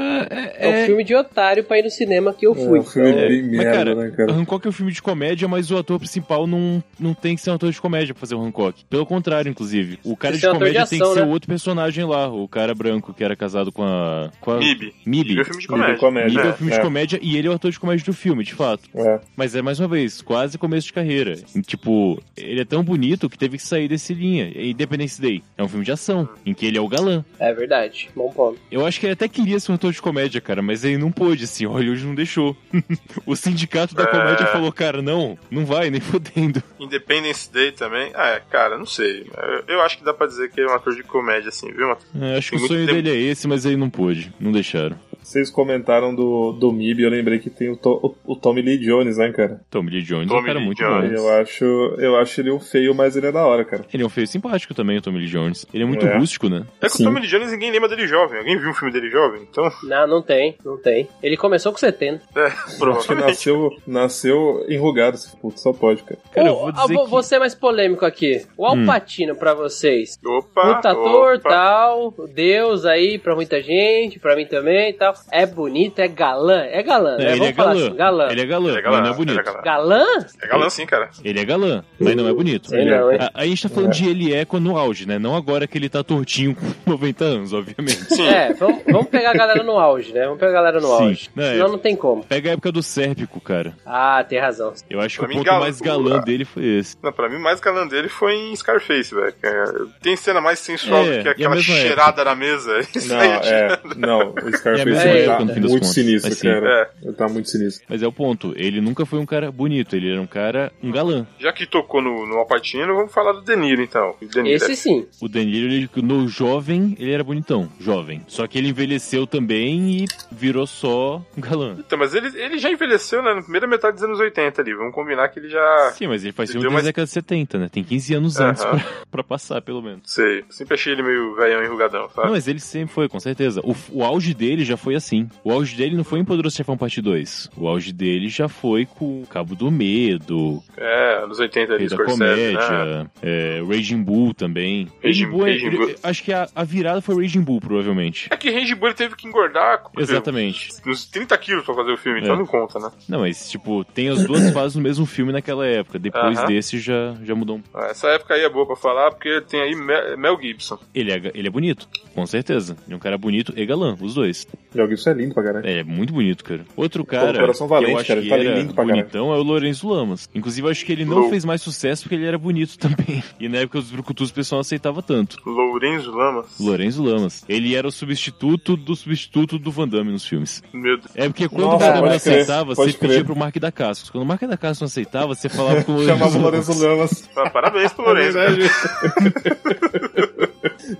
B: É, é,
A: filme de otário pra ir no cinema que eu fui.
C: É, um filme
A: então,
C: bem
B: Mas,
C: merda,
B: cara,
C: né, cara?
B: Hancock é um filme de comédia, mas o ator principal não, não tem que ser um ator de comédia pra fazer o Hancock. Pelo contrário, inclusive. O
A: Tem que
B: cara de
A: ser um ator
B: comédia
A: de
B: tem que
A: ação,
B: ser
A: né?
B: o outro personagem lá, o cara branco que era casado com a. Com a...
D: Mib.
B: Mib.
D: Mib é um filme de
C: Mib é
D: comédia.
C: comédia.
B: Mib Ah, é um
D: É,
B: filme
C: é.
B: de comédia e ele é o ator de comédia do filme, de fato.
C: É.
B: Mas é mais uma vez, quase começo de carreira. E, Tipo, ele é tão bonito que teve que sair desse linha. E Independence Day é um filme de ação, em que ele é o galã.
A: É verdade, bom ponto.
B: Eu acho que ele até queria ser um ator de comédia, cara, mas ele não pôde, assim, Hollywood não deixou. *laughs* o sindicato da
D: É.
B: comédia falou, cara, não, não vai, nem *laughs* fodendo.
D: Independence Day também. Ah, é, cara, não sei. Eu, eu acho que dá pra dizer que ele é um ator de comédia, assim, viu? Matheus?
B: É, acho que
D: Tem
B: o
D: muito
B: sonho
D: tempo.
B: dele é esse, mas ele não pôde, não deixaram.
C: Vocês comentaram do, do MIB, eu lembrei que tem o, To- o, o Tommy Lee Jones, né, cara?
B: Tommy Lee Jones é um
D: Tommy
B: cara
D: Lee
B: muito
D: Jones.
B: bom.
C: Eu acho, eu acho ele um feio, mas ele é da hora, cara.
B: Ele é um feio simpático também, o Tommy Lee Jones. Ele é muito
C: É.
B: rústico, né?
D: É que
C: Sim.
D: o Tommy Lee Jones ninguém lembra dele jovem. Alguém viu um filme dele jovem?
B: *laughs*
D: Então,
A: Não, não tem, não tem. Ele começou com 70.
D: é,
C: Eu acho que
D: provavelmente.
C: nasceu, nasceu enrugado esse puto, só pode, cara.
A: Ô,
B: Cara, eu vou dizer
A: ah, vou-
B: que-
A: vou ser mais polêmco aqui. O
B: Hum.
A: Alpatino pra vocês.
D: Opa,
A: Puta ator,
D: opa.
A: tal, Deus aí pra muita gente, pra mim também e tal. É bonito, é galã, é galã, né?
B: ele,
A: Vamos
B: é
A: falar
B: galã.
A: assim, galã.
B: ele é galã,
D: Ele é galã,
B: mas não é
D: ele
B: bonito.
D: é galã.
A: Galã?
D: É galã sim, cara.
B: Ele é galã, mas não é bonito.
A: Sei não, hein?
B: A, a gente tá falando de ele é quando no auge, né? Não agora que ele tá tortinho com *laughs* 90 anos, obviamente.
D: Sim.
A: É, vamos, vamos pegar a galera no auge, né? Vamos pegar a galera no
B: Sim.
A: auge.
B: Não, é-
A: Senão não tem como.
B: Pega a época do Sérpico, cara.
A: Ah, tem razão.
B: Eu acho que
D: Pra
B: o
D: mim,
B: ponto
D: galã-
B: mais galã dele foi esse.
D: Não, pra mim, o mais galã dele foi em Scarface, velho. que é- Tem cena mais sensual
B: É,
D: do que
B: e a
D: aquela
B: mesma época.
D: cheirada na mesa. *laughs* Isso
C: Não,
D: aí eu tiro.
C: é, não, o Scarface
B: mesmo
C: ele
A: eu,
C: tá
A: no
B: fim das
C: muito
B: contas.
C: sinistro,
B: Assim,
C: cara. Ele tá muito sinistro.
B: Mas é o ponto. Ele nunca foi um cara bonito, ele era um cara, um galã.
D: Já que tocou no, no Alpatino, vamos falar do Deniro, então. O De Niro
A: Esse sim.
B: O Danilo, ele, no jovem, ele era bonitão, jovem. Só que ele envelheceu também e virou só um galã.
D: Então, mas ele, ele já envelheceu né, na primeira metade dos anos 80 ali. Vamos combinar que ele já.
B: Sim, mas ele faz
D: Ele
B: filme
D: Ah,
B: desde
D: deu
B: a
D: mais-
B: década de 70, né? Tem 15 anos
D: Aham.
B: antes pra, pra passar, pelo menos.
D: Sei. Sempre achei ele meio velhão enrugadão,
B: Não,
D: sabe?
B: mas ele sempre foi, com certeza. O, o auge dele já foi assim. O auge dele não foi em Poderoso Chefão Parte 2. O auge dele já foi com o Cabo do Medo,
D: É, anos 80 ali,
B: Rei da
D: Scorsese, né?
B: Comédia, é, Raging Bull também.
D: Raging-
B: Raging Bull, é-
D: Raging Bull.
B: acho que a, a virada foi Raging Bull, provavelmente.
D: É que Range Bull teve que engordar com-
B: Exatamente.
D: uns 30 quilos pra fazer o filme, então
B: É.
D: não conta, né?
B: Não, mas, tipo, tem as
C: *coughs*
B: duas fases no mesmo filme naquela época. Depois
D: Aham.
B: desse já, já mudou um pouco.
D: Ah, Essa época aí é boa pra falar, porque tem aí Mel Mel Gibson.
B: Ele é, ga- ele é bonito, com certeza. Ele é um cara bonito e galã, os dois.
C: E alguém isso é lindo pra caralho.
B: É, é muito bonito, cara. Outro cara.
C: Coração Valente,
B: que eu acho
C: cara,
B: que
C: ele tá
B: era
C: lindo pra caralho.
B: bonitão é o Lourenço Lamas. Inclusive, eu acho que ele não
D: Lou.
B: fez mais sucesso porque ele era bonito *laughs* também. E na época dos Brucutus o pessoal não aceitava tanto.
D: Lourenço Lamas.
B: Lourenço Lamas. Ele era o substituto do substituto do Van Damme nos filmes.
D: Meu Deus.
B: É porque quando
C: Nossa,
B: o Van Damme
C: pode
B: não
C: crer,
B: aceitava,
C: pode
B: você pedia
C: crer.
B: pro Mark da Cascos. Quando o Mark da Cascos não aceitava, você falava com o Lourenço
C: *laughs* Chamava o
B: Lamas.
C: Lourenço Lamas.
D: Ah,
B: *laughs*
D: parabéns pro Lourenço.
C: É verdade.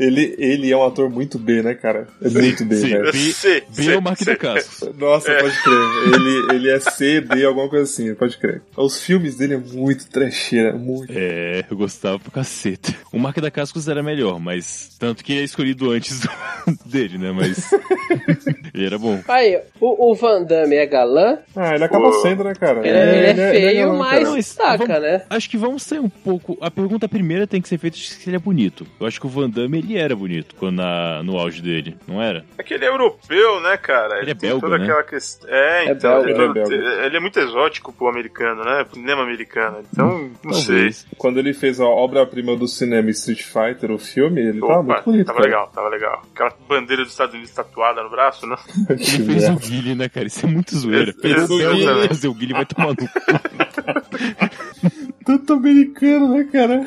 C: ele, ele é um ator muito B, né, cara? É muito B,
B: sim. É.
C: velho.
D: Eu sei.
B: B é o Mark de Cascos.
C: Nossa, pode crer. Ele, ele é C, D, alguma coisa assim, pode crer. Os filmes dele é muito trecheira, muito.
B: *laughs* É, eu gostava pra caceta. O Mark da Cascos era melhor, mas. Tanto que ele é escolhido antes do- *laughs* dele, né? *laughs* Mas. ele era bom.
A: Aí, o, o Van Damme é galã,
C: Ah, ele acaba
D: Pô.
C: sendo, né, cara?
A: ele, é, ele é feio,
C: legal,
A: mas
C: cara.
A: destaca,
B: um Vamos-
A: né?
B: Acho que vamos ser um pouco. A pergunta primeira tem que ser feita se ele é bonito. Eu acho que o Van Damme ele era bonito quando na- no auge dele, não era?
D: É que ele é europeu, né, cara?
B: Ele é
D: tem
B: belga,
D: toda
B: né?
D: aquela questão. É, então.
A: belga.
D: ele,
C: Ele é
D: todo-
C: belga.
D: ele é muito exótico pro americano, né? Pro cinema americano. Então, não sei.
B: Talvez.
C: Quando ele fez a obra-prima do cinema Street Fighter, o filme, ele tava
D: Opa,
C: muito bonito.
D: tava
C: cara.
D: legal, tava legal. Aquela bandeira dos Estados Unidos tatuada no braço, né?
C: *laughs* Que
B: Ele fez o
C: merda.
B: Guile, né, cara? Isso é muito zoeira.
D: Ex-
B: Fez o Guile,
D: exatamente.
B: fazer o Guile vai tomar no cu.
C: Tanto americano, né, cara?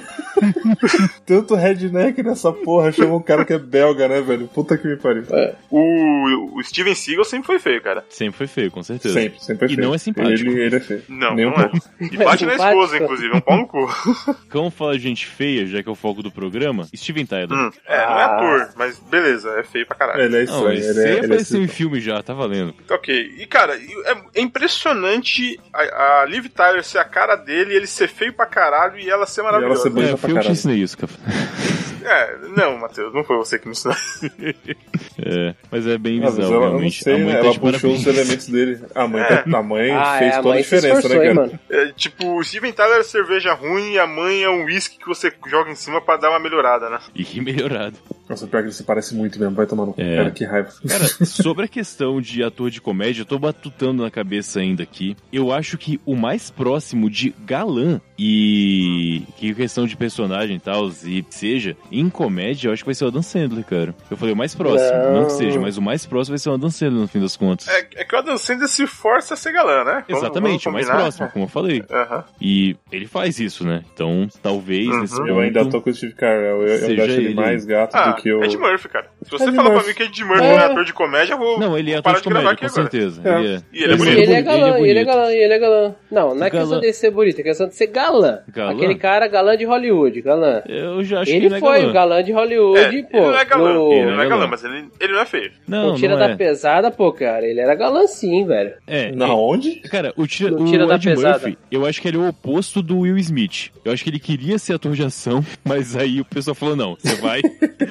C: *laughs* Tanto redneck nessa porra. Chama um cara que é belga, né, velho? Puta que me pariu.
D: O, o Steven Seagal sempre foi feio, cara.
B: *laughs* Sempre foi feio, com certeza.
C: Sempre, sempre é
B: E
C: feio.
B: não é simpático.
C: Ele, ele é feio.
D: Não,
C: Nem um
D: não é.
C: pouco.
D: E bate na
A: Simpático.
D: esposa, inclusive, é um pau
C: *laughs*
D: no cu.
B: Cão fala gente feia, já que é o foco do programa. Steven Tyler.
D: Hum, É, não é
B: Ah.
D: ator, mas beleza, é feio pra caralho.
C: Ele é
B: Não,
C: estranho.
B: ele
C: ele é,
B: sempre
C: ele é
B: apareceu em
C: esquisito.
B: filme já, tá valendo.
C: É.
D: Ok, e cara, e é- é impressionante a, a Liv Tyler ser a cara dele, ele ser feio pra caralho e ela ser maravilhosa.
C: ser bonita.
B: É,
C: pra
B: foi eu que te
C: caralho.
B: ensinei isso, cara.
D: É, não, Matheus, não foi você que me ensinou. *laughs*
B: É, mas é bem
C: Ah, mas
B: visão,
C: ela, eu não
B: realmente.
C: sei,
B: a mãe
C: né?
B: tá
C: Ela
B: de
C: puxou
B: parabéns.
C: os elementos dele. A mãe, tá- a mãe
A: Ah, é,
C: fez
A: a
C: toda a
A: mãe se
C: diferença,
A: esforçou,
C: né, cara?
A: hein, mano?
D: É, tipo, o Steven Tyler é cerveja ruim e a mãe é um uísque que você joga em cima pra dar uma melhorada, né?
B: *laughs* E que melhorado.
C: Nossa, pior que você parece muito mesmo. Vai tomar no cu.
B: É.
C: Cara, que raiva.
B: Cara, sobre a questão de ator de comédia, eu tô batutando na cabeça ainda aqui. Eu acho que o mais próximo de galã e que questão de personagem e tal, e seja, em comédia, eu acho que vai ser o Adam Sandler, cara. Eu falei o mais próximo, não, que seja, mas o mais próximo vai ser o Adam Sandler no fim das contas.
D: É, é que o Adam Sandler se força a ser galã, né? Vamos-
B: Exatamente, o
D: vamos
B: mais
D: combinar?
B: próximo, como eu falei.
D: Aham.
B: E ele faz isso, né? Então, talvez
D: Uhum.
B: nesse
C: Eu ainda tô com o Steve Carell. Eu, eu
B: então Seja
C: ainda acho ele
B: ele.
C: mais gato
D: Ah,
C: do que o.
D: Ed Murphy, cara. Se você
C: Ed
D: falar pra
C: Murphy.
D: mim que Ed Murphy
A: É.
D: não é ator de comédia, eu vou.
B: Não, ele é
D: vou
B: ator
D: parar
B: de comédia, com
D: agora.
B: certeza.
C: É.
B: Ele é.
D: E ele é
A: E
D: bonito.
A: ele é galã,
B: bonito.
A: e ele é galã, e ele é galã. Não, não é
B: Galã.
A: questão de ser bonito, é questão de ser galã.
B: Galã?
A: Aquele cara galã de Hollywood, galã.
B: Eu já acho que
A: ele
B: ele não é
A: foi
B: galã.
A: o galã de Hollywood,
D: É,
A: pô.
D: ele não é galã,
A: no-
D: ele não é
B: galã.
D: galã, mas ele, ele não é feio.
B: Não,
A: no Tira
B: não
A: da
B: é.
A: Pesada, pô, cara, ele era galã sim, velho.
B: É,
C: Na onde?
B: Cara, o, tira,
A: No
B: o
A: Tira da
B: Ed
A: Pesada.
B: Murphy, eu acho que ele é o oposto do Will Smith. Eu acho que ele queria ser ator de ação, mas aí o pessoal falou, não, você vai *laughs*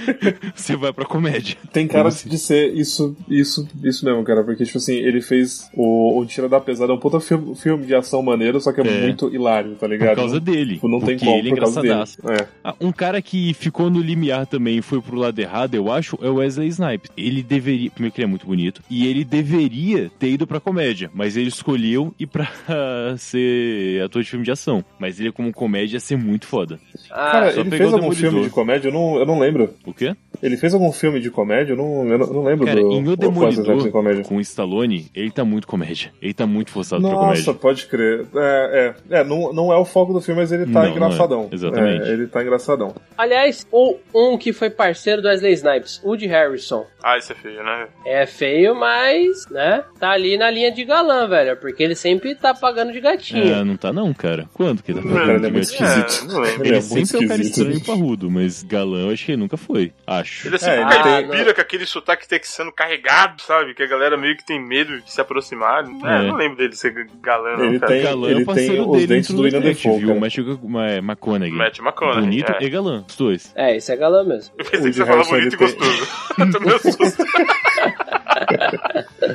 B: você vai pra comédia.
C: Tem cara
B: assim?
C: de ser isso, isso, isso mesmo, cara. Porque, tipo assim, ele fez o, o Tira da Pesada, é um puta filme, filme de ação maneiro, só que é,
B: É.
C: muito hilário, tá
B: Por
C: ligado?
B: causa dele.
C: Tipo, não tem
B: porque
C: como,
B: ele é
C: por causa dele.
B: engraçadaço. Ah, Um cara que ficou no limiar também e foi pro lado errado, eu acho, é o Wesley Snipes. Ele deveria. Primeiro que ele é muito bonito. E ele deveria ter ido pra comédia. Mas ele escolheu ir pra *laughs* ser ator de filme de ação. Mas ele, como comédia, ia ser muito foda.
A: Ah,
C: Cara,
B: só
C: ele
B: pegou
C: fez
B: o
C: algum filme
B: Demolidor.
C: de comédia? Eu não, eu não lembro.
B: O quê?
C: Ele fez algum filme de comédia? Eu não, eu não, eu não lembro
B: Cara,
C: do,
B: em O
C: qual foi essa época de
B: Demolidor,
C: comédia.
B: com o Stallone, ele tá muito comédia. Ele tá muito forçado pra
C: Nossa,
B: comédia.
C: pode crer. É, é, é não, não é o foco do filme, mas ele tá
B: Não, não é.
C: engraçadão.
B: Exatamente.
C: É, ele tá engraçadão.
A: Aliás, o, um que foi parceiro do Wesley Snipes, Woody Harrison.
D: Ah, isso é feio, né?
A: É feio, mas, né, tá ali na linha de galã, velho, porque ele sempre tá pagando de gatinho.
B: Ah, não tá não, cara. Quando que ele tá
D: Não,
B: pagando
C: ele é
B: de
C: muito
B: gatinho?
C: esquisito.
D: É, não lembro.
C: Ele
B: Ele
C: é muito
B: sempre é um cara
C: esquisito,
B: estranho e
C: gente.
B: parrudo, mas galã eu acho que ele nunca foi. Acho.
D: Ele é sempre
C: É,
D: um
C: ele
D: cara
A: tem-
D: que pira com aquele sotaque texano carregado, sabe? Que a galera meio que tem medo de se aproximar. É,
B: É.
D: não lembro dele ser galã, não,
C: Ele
D: cara.
C: tem-
B: galã é o
C: ele
B: parceiro
C: tem os
B: dele
C: dentes
B: no
C: do William
B: True Detective,
C: Dafoe,
B: viu?
C: cara.
B: Matthew Ma- é, McConaughey.
D: Matt McConaughey.
B: Bonito
D: é.
B: e galã, os
C: *laughs*
B: dois.
A: É, isso é galã mesmo.
D: Eu *laughs* pensei
C: O
D: que você
C: de
D: falava
C: Harrison,
D: bonito e
C: ele tem-
D: gostoso. *laughs* Eu Tomei um susto.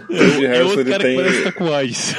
C: Woody
B: E
C: Harrelson,
B: outro
C: ele
B: cara que parece
C: tem... *laughs*
B: taquais.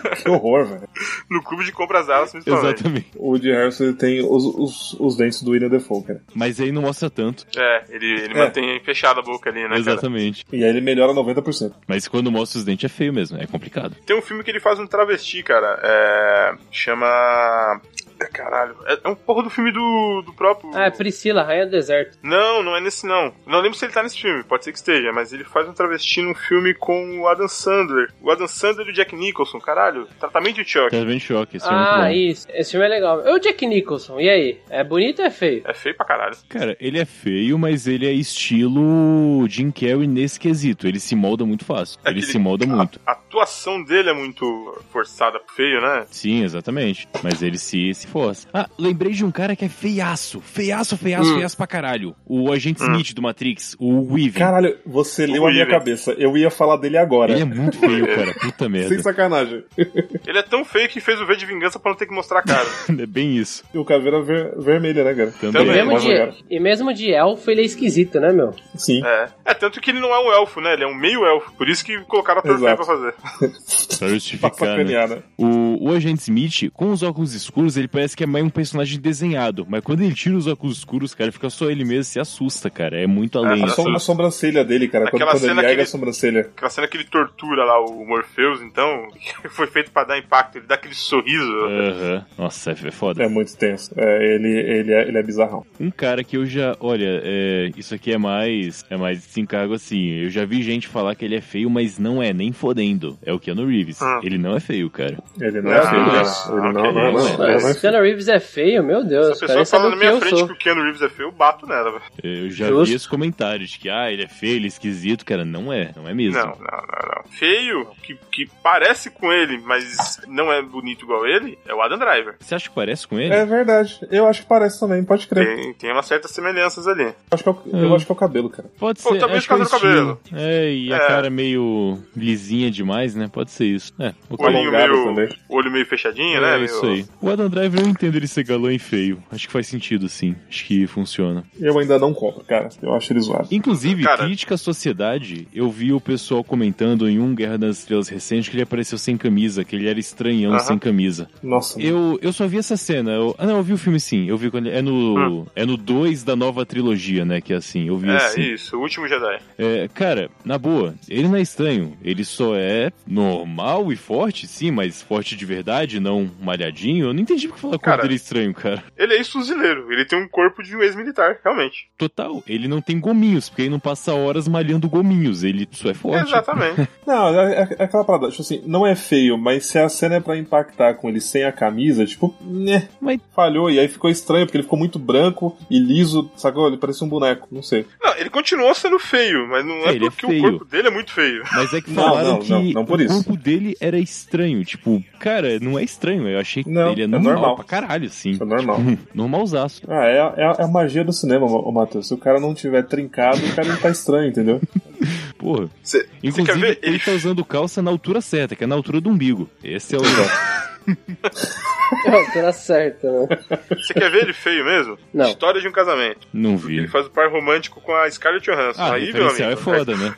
C: *laughs* Que horror, velho.
D: No clube de compras alas, principalmente.
B: Exatamente.
C: O Woody Harrelson, ele tem os, os, os dentes do William Dafoe, cara.
B: Mas aí não mostra tanto.
D: É, ele, ele
C: É.
D: mantém fechada a boca ali, né, cara?
B: Exatamente.
C: E aí ele melhora 90%.
B: Mas quando mostra os dentes é feio mesmo, é complicado.
D: Tem um filme que ele faz um travesti, cara. É. Chama. É, Caralho. É, é um porra do filme do, do próprio.
A: Ah, é Priscila, Rainha do Deserto.
D: Não, não é nesse não. Não lembro se ele tá nesse filme, pode ser que esteja, mas ele faz um travesti num filme com o Adam Sandler. O Adam Sandler e o Jack Nicholson, caralho. Tratamento de choque.
B: Tá bem choque, esse filme é muito
A: Ah,
B: bom.
A: isso. Esse filme é legal. É o Jack Nicholson, e aí? É bonito ou é feio?
D: É feio pra caralho.
B: Cara, ele é feio, mas ele é estilo Jim Carrey nesse quesito. Ele se molda muito fácil.
D: É tá.
B: ele
D: aquele-
B: se molda muito.
D: A- atuação dele é muito forçada pro feio, né?
B: Sim, exatamente. Mas ele se, se força. Ah, lembrei de um cara que é feiaço. Feiaço, feiaço,
D: Hum.
B: feiaço pra caralho. O agente
D: Hum.
B: Smith do Matrix, o Weaver.
C: Caralho, você leu a minha
D: Weaver.
C: cabeça. Eu ia falar dele agora.
B: Ele é muito feio, cara. Puta
C: Sem
B: merda.
C: sacanagem.
D: Ele é tão feio que fez o V de vingança pra não ter que mostrar
A: *laughs*
D: a cara.
B: *laughs* É bem isso.
C: E o caveira ver- vermelha, né, cara?
B: Também.
A: E
D: Também.
A: mesmo,
C: mas agora-
A: de, e mesmo de elfo, ele é esquisito, né, meu?
C: Sim.
D: É. É, tanto que ele não é um elfo, né? Ele é um meio elfo. Por isso que colocaram a torneira
C: Exato.
D: pra fazer.
B: Pra
C: Pra
B: justificar, né?
C: sacanear, né?
B: O, o Agente Smith, com os óculos escuros, ele parece que é mais um personagem desenhado. Mas quando ele tira os óculos escuros, cara, fica só ele mesmo se assusta, cara. É muito além.
C: A,
D: Nossa.
C: som- a sobrancelha dele, cara. Quando,
D: Aquela
C: quando ele
D: cena que
C: ergue
D: ele-
C: a sobrancelha.
D: Aquela cena que ele tortura lá o Morpheus, então, que foi feito pra dar impacto. Ele dá aquele
A: É.
D: sorriso.
B: Aham. Nossa, é é foda.
C: É muito tenso. É, ele, ele, é, ele é bizarrão.
B: Um cara que eu já. Olha, é, isso aqui é mais. É mais esse encargo assim. Eu já vi gente falar que ele é feio, mas não é, nem fodendo. É o Keanu Reeves.
D: Ah.
B: Ele não é feio, cara.
C: Ele não
D: Ah,
C: é feio,
D: que
C: gente.
D: isso.
C: Ele não,
D: Ah, que
C: não, não, não,
D: isso.
C: não é
A: O
C: feio.
A: Keanu Reeves é feio, meu
D: Se
A: Deus.
D: a
A: Os caras
D: pessoa
A: nem
D: fala
A: sabem
D: na
A: o que eu
D: minha frente
A: sou.
D: que o Keanu Reeves é feio, eu bato nela. velho.
B: Eu já
A: Justo.
B: vi esse comentário de que, ah, ele é feio, ele é esquisito, cara. Não é, não é mesmo.
D: Não, não, não, não. Feio, que, que parece com ele, mas não é bonito igual ele, é o Adam Driver.
B: Você acha que parece com ele?
C: É verdade. Eu acho que parece também, pode crer.
D: Tem, tem umas certas semelhanças ali.
C: Eu acho que é o, eu
B: Hum.
C: acho que é o cabelo, cara.
B: Pode
D: Pô,
B: ser.
D: talvez
B: acho que é o
D: por causa do
B: estilo. É, e a
D: É.
B: cara meio lisinha demais, né? Pode ser isso. É, vou
D: Olhinho
B: colocar.
C: Alongado
D: meio-
C: também.
D: Olho meio fechadinho, né?
B: É
D: meio-
B: isso aí. O Adam Driver eu entendo ele ser galã e feio. Acho que faz sentido, sim. Acho que funciona.
C: Eu ainda não compro, cara. Eu acho ele zoado.
B: Inclusive,
D: Cara-
B: crítica à sociedade, eu vi o pessoal comentando em um Guerra das Estrelas recente que ele apareceu sem camisa, que ele era estranhão
D: Aham.
B: sem camisa.
C: Nossa,
B: Eu, eu só vi essa cena. eu- ah, não, eu vi o filme sim. Eu vi quando. É no. É no 2 da nova trilogia, né? Que é assim, eu vi
D: Hum. É,
B: assim.
D: isso, o último Jedi.
B: É, cara, na boa, ele não é estranho. Ele só é normal e forte, sim, mas forte de verdade, não malhadinho. Eu não entendi porque falar
D: Cara-
B: cara... dele é estranho, cara.
D: Ele é ex-fuzileiro, ele tem um corpo de um ex-militar, realmente.
B: Total, ele não tem gominhos, porque ele não passa horas malhando gominhos. Ele só é forte.
D: Exatamente.
C: Não, é, é- é aquela parada, tipo assim, não é feio, mas se a cena é pra impactar com ele sem a camisa, tipo, né,
B: Mas-
C: *laughs* falhou, e aí ficou estranho, porque ele ficou muito branco e liso, sacou? Ele parecia um boneco, não sei.
D: não, ele continuou sendo feio, mas não
B: É,
D: é,
B: ele é
D: porque o
B: feio.
D: corpo dele é muito feio.
B: Mas é que
C: Não,
B: falaram
C: não,
B: que
C: não, não por
B: o
C: isso.
B: corpo dele era estranho. Tipo, cara, não é estranho. Eu achei que
C: Não,
B: ele é
C: é
B: normal,
C: normal.
B: pra caralho, sim.
C: Isso é normal.
A: Uhum.
B: Normalzaço.
C: Ah, é, a- é, a- é a magia do cinema, ô ô, Matheus. Se o cara não tiver trincado, o cara não tá estranho, entendeu?
B: Porra.
D: Cê- cê quer
B: Inclusive,
D: ver?
B: ele tá usando calça na altura certa, que é na altura do umbigo. Esse é o.
A: *laughs* Não, tá certo, né?
D: Você quer ver ele feio mesmo?
A: Não.
D: História de um casamento.
B: *laughs* não
D: Ele
B: vi.
D: faz o par romântico com a Scarlett Johansson.
B: Ah,
D: aí, meu
B: referencial
D: amigo.
B: é foda, né?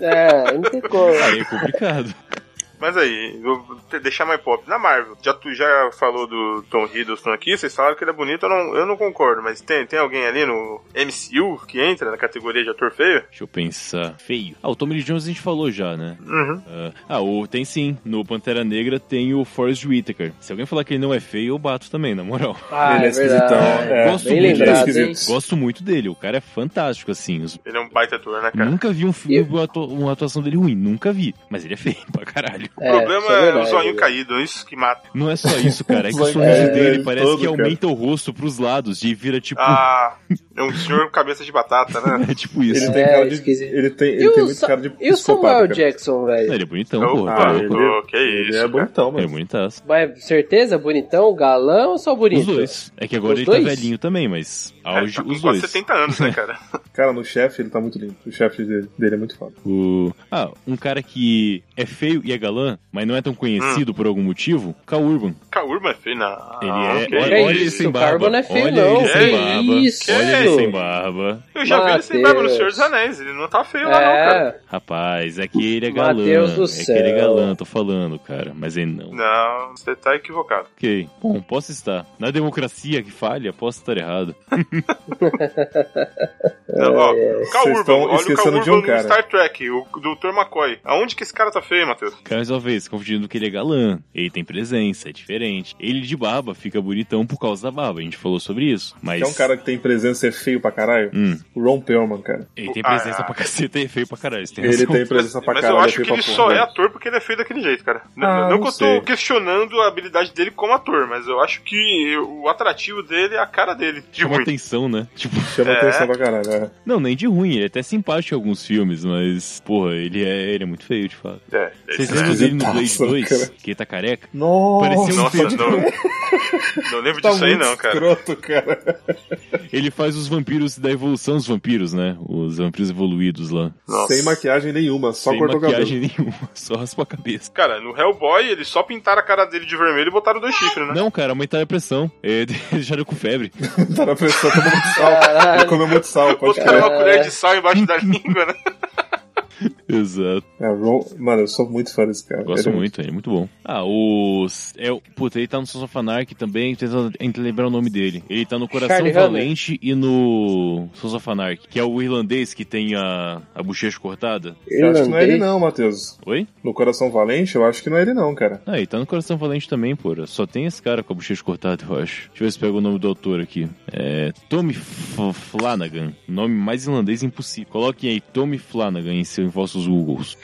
A: É, não tem como.
B: Aí é complicado. *laughs*
D: Mas aí, vou te- deixar mais pop. Na Marvel, já tu já falou do Tom Hiddleston aqui, vocês falaram que ele é bonito, eu não, eu não concordo, mas tem, tem alguém ali no MCU que entra na categoria de ator feio?
B: Deixa eu pensar. Feio. Ah, o Tommy Lee Jones a gente falou já, né?
D: Uhum.
B: Ah, ah, o, tem sim. No Pantera Negra tem o Forrest Whitaker. Se alguém falar que ele não é feio, eu bato também, na moral.
A: Ah,
C: ele é
A: é verdade.
C: esquisitão. É,
B: Gosto
A: bem
B: muito
A: lembrado,
C: dele.
A: hein?
B: Gosto muito dele. O cara é fantástico, assim. Os-
D: Ele é um baita ator, né, cara?
B: Nunca vi um filme,
A: Eu-
B: uma atua- uma atuação dele ruim. Nunca vi. Mas ele é feio pra caralho.
D: O problema
A: isso
D: é, o
A: verdade,
D: zoinho
A: né?
D: caído, isso que mata.
B: Não é só isso, cara. É que o
C: Vai-
B: sorriso
C: é,
B: dele
C: ele
B: parece
C: todo,
B: que aumenta o rosto pros lados e vira tipo.
D: Ah, é um senhor cabeça de batata,
B: *laughs*
D: né?
B: é tipo isso. Ele...
C: Ele tem
A: É,
C: cara de.
A: esquisito.
C: Ele tem,
A: E
C: ele
A: o
C: tem muito
A: Sa-
C: cara de.
A: E o
C: psicopata,
A: Samuel
C: cara.
A: Jackson, velho?
B: Ele é bonitão,
D: Opa.
B: porra.
C: Ah,
B: tá
C: ele,
B: louco.
D: Pô, que
C: ele
D: isso,
C: é
D: cara.
C: bonitão,
B: É
C: mano.
B: bonitaço.
A: Mas, certeza? Bonitão? Galã ou só bonito?
B: Os dois. É que agora
A: Os
B: ele
A: dois?
B: tá velhinho também, mas
A: É,
D: Ele
B: auge
D: tá com
B: os
D: quase
B: dois.
D: 70
B: *laughs*
D: anos, né, cara?
C: Cara, no chefe ele tá muito lindo. O chefe dele, dele é muito foda.
B: O... Ah, um cara que é feio e é galã, mas não é tão
A: Hum.
B: conhecido por algum motivo, Cal Urban.
D: Caurba é feio, não.
B: Ele é.
D: que
B: olha-
A: Que
B: olha ele
A: Ah, isso,
B: sem
A: o Cal
B: barba.
A: Urban não é feio,
B: olha
A: não.
B: ele sem
D: Que
B: barba.
A: isso?
B: Olha ele sem barba.
D: Eu já vi ele sem barba no
A: Mateus.
D: Senhor dos Anéis, ele não tá feio lá, não, cara.
A: É,
B: Rapaz, é que ele é galã.
A: Mateus do
B: é que ele
A: céu.
B: é galã, tô falando, cara. Mas ele não.
D: Não, você tá equivocado.
B: Ok. Bom, posso estar. Na democracia que falha, posso estar errado.
D: Não, ó,
C: é.
D: Cal
C: Vocês
D: Urban,
C: estão
D: olha o Cal
C: esquecendo de
D: Urban
C: um
D: no
C: cara.
D: Star Trek, o Dr. McCoy. Aonde que esse cara tá feio, Matheus?
B: Cara, mais uma vez, confundindo que ele é galã. Ele tem presença, é diferente. Ele de barba fica bonitão por causa da barba, a gente falou sobre isso. Mas.
C: É um cara que tem presença e é feio pra caralho?
B: Hum,
C: O Ron Perlman, cara.
B: ele tem
D: Ah,
B: presença
D: ah.
B: pra caceta e é feio pra caralho. você tem
C: tipo, Ele
B: razão.
C: tem presença pra
D: Mas
C: caralho.
D: eu
C: é
D: acho
C: feio
D: que
C: pra
D: ele
C: porra,
D: só é
C: né?
D: ator porque ele é feio daquele jeito, cara. N-
C: Ah,
D: não,
C: não
D: que eu
C: sei.
D: tô questionando a habilidade dele como ator, mas eu acho que o atrativo dele é a cara dele. De
B: Chama
D: ruim.
B: atenção, né? Tipo,
C: Chama
D: É.
C: atenção pra caralho, é.
B: não, nem de ruim, ele é até simpático em alguns filmes, mas, porra, ele é, ele é muito feio, de fato.
D: É,
B: Vocês
D: esse-
B: lembram dele no Blade
C: Esquisitaço,
B: 2?
C: né, cara.
B: Que ele tá careca?
C: Nossa,
B: Parecia um
D: Nossa,
B: filho de-
D: não. Não lembro
C: tá
D: disso aí,
C: muito
D: não, cara.
C: escroto, cara.
B: Ele faz os vampiros da evolução dos vampiros, né? Os vampiros evoluídos lá.
D: Nossa.
C: Sem maquiagem nenhuma, só
B: Sem
C: cortou o cabelo.
B: maquiagem nenhuma, *laughs* só raspa a cabeça.
D: Cara, no Hellboy eles só pintaram a cara dele de vermelho e botaram dois chifres, né?
B: Não, cara, aumentaram a pressão. É, *laughs* deixaram com febre.
C: Tá na pressão, tomou muito sal.
A: Caralho.
C: Ele comeu muito sal, pode
D: Botaram
C: crer.
D: uma colher de sal
B: *laughs*
D: embaixo da língua, né?
B: Exato.
C: É, Ron... Mano, eu sou muito fã desse cara.
B: Gosto
C: Ele é
B: muito, ele é muito bom. Ah, o. É, o- puta, ele tá no Sons of Anarchy também, tentando tentando lembrar o nome dele. Ele tá no Coração
A: Charlie
B: Valente e no Sons of Anarchy, que é o irlandês que tem a, a bochecha cortada.
C: Eu acho que não é ele
A: Irlandês.
C: não, Matheus.
B: Oi?
C: No Coração Valente, eu acho que não é ele não, cara.
B: Ah, ele tá no Coração Valente também, porra. Só tem esse cara com a bochecha cortada, eu acho. Deixa eu ver se pega o nome do autor aqui. É. Tommy F- Flanagan. Nome mais irlandês impossível. Coloquem aí Tommy Flanagan em, seu, em vossos Googles.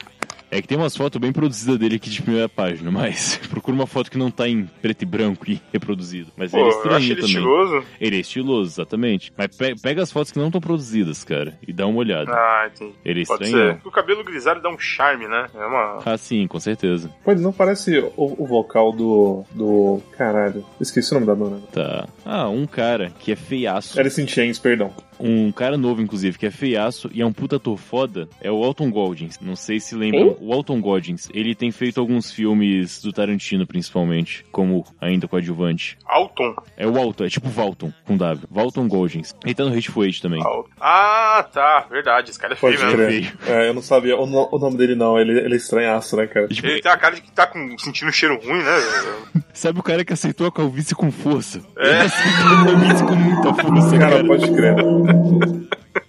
B: É que tem umas fotos bem produzidas dele aqui de primeira página, mas *laughs* procura uma foto que não tá em preto e branco e reproduzida. Mas
D: Pô,
B: ele é
D: eu achei
B: estranho
D: ele
B: também.
D: estiloso.
B: Ele é estiloso, exatamente. Mas pe- pega as fotos que não estão produzidas, cara, e dá uma olhada.
D: Ah, entendi.
B: ele é
D: Pode
B: estranho.
D: ser. O cabelo grisalho dá um charme, né? É uma.
B: Ah, sim, com certeza.
C: Pô, ele não parece o, o vocal do. do. Caralho. Esqueci o nome da dona.
B: Tá. Ah, um cara que é feiaço.
C: Alice in Chains, perdão.
B: Um cara novo, inclusive, que é feiaço e é um puta ator foda, é o Alton Goldings. Não sei se lembram. O Alton Goldings, ele tem feito alguns filmes do Tarantino, principalmente, como ainda coadjuvante.
D: Alton.
B: É o Alton, é tipo Valton, com W. Valton Goldings. Ele tá no Hateful Eight também.
D: Alton. Ah, tá. Verdade. Esse cara é
C: Pode
D: feio mesmo.
C: crer.
B: feio.
C: É, eu não sabia o, no- o nome dele, não. Ele, ele é estranhaço, né, cara?
B: Tipo,
D: Ele tem a cara de que tá com, sentindo um cheiro ruim, né?
B: sabe o cara que aceitou a calvície com força?
D: É.
B: Ele aceitou a calvície com muita força, cara.
C: Cara,
B: *laughs*
C: pode crer.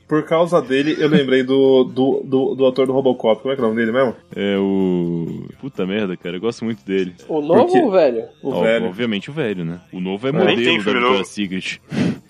C: Por causa dele, eu lembrei do, do, do, do ator do Robocop. Como é que é o nome dele mesmo?
B: É o... Puta merda, cara, eu gosto muito dele.
A: O novo,
C: Porque-
A: velho?
C: O
B: Ó,
C: velho.
B: Obviamente o velho, né? O novo é
C: Nem
B: modelo
D: tem
B: da
D: filme
B: Victoria's
D: novo.
B: Secret.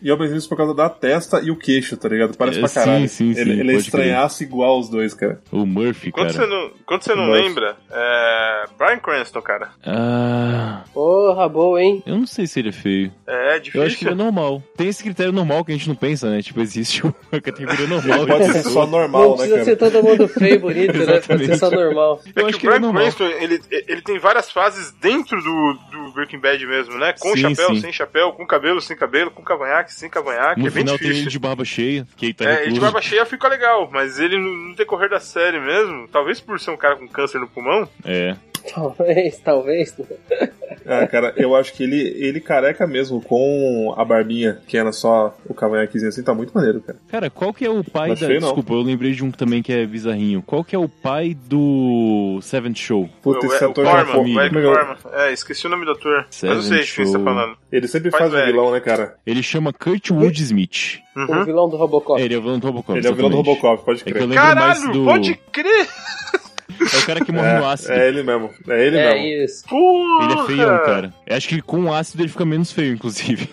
C: E eu pensei isso por causa da testa e o queixo, tá ligado? Parece
B: É,
C: pra caralho.
B: sim, sim,
C: ele
B: sim,
C: ele é
B: pode crer.
C: estranhaço igual os dois, cara.
B: O Murphy,
D: Quando
B: cara.
D: você não, quando você não
C: Nossa.
D: lembra, é. Brian Cranston, cara.
B: Ah,
A: Porra, boa, hein?
B: eu não sei se ele é feio.
D: É
B: Eu acho que
D: difícil.
B: ele é normal. Tem esse critério normal que a gente não pensa, né? Tipo, existe uma *laughs* categoria normal.
C: Pode ser
B: de
C: só
B: pessoa.
A: não
C: normal, né,
A: precisa
C: cara?
A: ser todo mundo feio e bonito, né? Pode ser
B: Exatamente.
A: só normal.
B: Eu
D: É
B: acho
D: que
B: que
D: o
B: ele é
D: Brian
B: normal.
D: Cranston, ele, ele tem várias fases dentro do, do Breaking Bad mesmo, né? Com
B: Sim,
D: chapéu,
B: sim.
D: sem chapéu, com cabelo, sem cabelo, com cavanhaque, sem cavanhaque.
B: No
D: é bem
B: final tem
D: difícil.
B: ele de barba cheia, que ele tá
D: é, ele de
B: recluso.
D: barba cheia ficou legal, mas ele no, no decorrer da série mesmo, talvez por ser um cara com câncer no pulmão,
B: É.
A: Talvez, talvez.
C: Ah, cara, eu acho que ele, ele careca mesmo com a barbinha, que era só o cavanhaquezinho assim, tá muito maneiro, cara.
B: Cara, qual que é o pai
C: Mas
B: da...
C: feio não.
B: Desculpa, eu lembrei de um também que é bizarrinho. Qual que é o pai do Seventh Show?
C: Puta,
D: o,
C: esse
D: é, o
C: ator é
D: Corman,
C: fofo.
D: o Eric
C: Como é que é?
D: Corman. É, esqueci o nome do ator.
B: Seven
D: mas eu sei de quem você
B: Show.
D: tá falando.
C: Ele sempre
D: Faz
C: faz
D: o
C: o vilão, né, cara?
B: Ele chama Kurt Wood Smith.
A: O
D: Uhum.
A: vilão do Robocop.
B: É, ele é o vilão do Robocop.
C: Ele é o vilão do
B: exatamente.
C: Robocop, pode
B: É que eu
C: crer.
B: lembro mais
D: Caralho,
B: do...
D: pode crer!
B: É o cara que morre
D: *laughs*
B: no ácido.
C: é ele mesmo. É ele
A: É
C: mesmo.
A: isso.
D: Porra!
B: Ele é feião, cara. Eu acho que com o ácido ele fica menos feio, inclusive.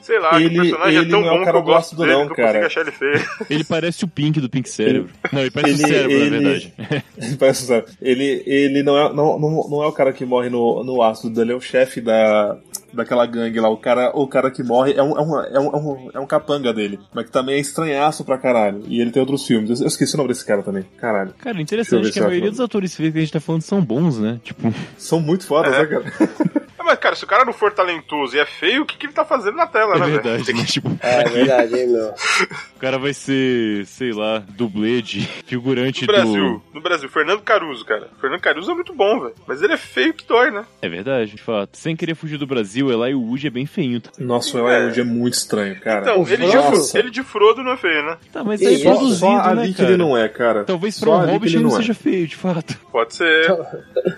D: Sei lá, que
C: Ele-
D: o personagem é
C: ele
D: tão
C: não é um
D: bom que
C: cara
D: eu gosto
C: ácido
D: dele,
C: não,
D: que eu
C: cara.
D: consigo achar ele feio.
B: Ele parece o Pink do Pink Cérebro. Não, ele parece o
C: Ele-
B: cérebro, na
C: ele-
B: verdade.
C: *laughs* Parece, sabe? Ele, ele não, é, não, não, não é o cara que morre no, no ácido, ele é o chefe da, daquela gangue lá. O cara, o cara que morre é um, é, um, é, um, é, um, é um capanga dele, mas que também é estranhaço pra caralho. E ele tem outros filmes. Eu, eu esqueci o nome desse cara também. Caralho.
B: Cara,
C: Deixa eu
B: interessante é
C: ver
B: que
C: se
B: a
C: eu
B: maioria
C: acho.
B: dos atores feios que a gente tá falando são bons, né? Tipo,
C: São muito fodas,
B: É.
C: né, cara?
D: Ah, Mas, cara, se o cara não for talentoso e é feio, o que, que ele tá fazendo na tela,
B: é
D: né, velho?
B: verdade, mas tipo,
A: É verdade,
D: *laughs*
A: hein, meu?
B: o cara vai ser, sei lá, dublê de *laughs* figurante
D: No
B: do.
D: Brasil, no Brasil, Fernando Caruso, cara. Fernando Caruso é muito bom, velho. Mas ele é feio que dói, né?
B: É verdade, de fato. Sem querer fugir do Brasil, Eli Wood é bem feinho. tá?
C: Nossa, o Eli Wood é muito estranho, cara.
D: Então, ele de,
A: Frodo.
D: Fro- ele de Frodo não é feio, né?
B: Tá, mas
A: E
B: aí é
A: só-
B: produzido,
C: só ali
B: né,
C: que ele
B: cara?
C: não é, cara.
B: Talvez pra
C: Só
B: um
C: ali que
B: Hobbit
C: ele
B: ele não
C: é.
B: seja feio, de fato. *laughs*
C: Então,
D: Pode ser.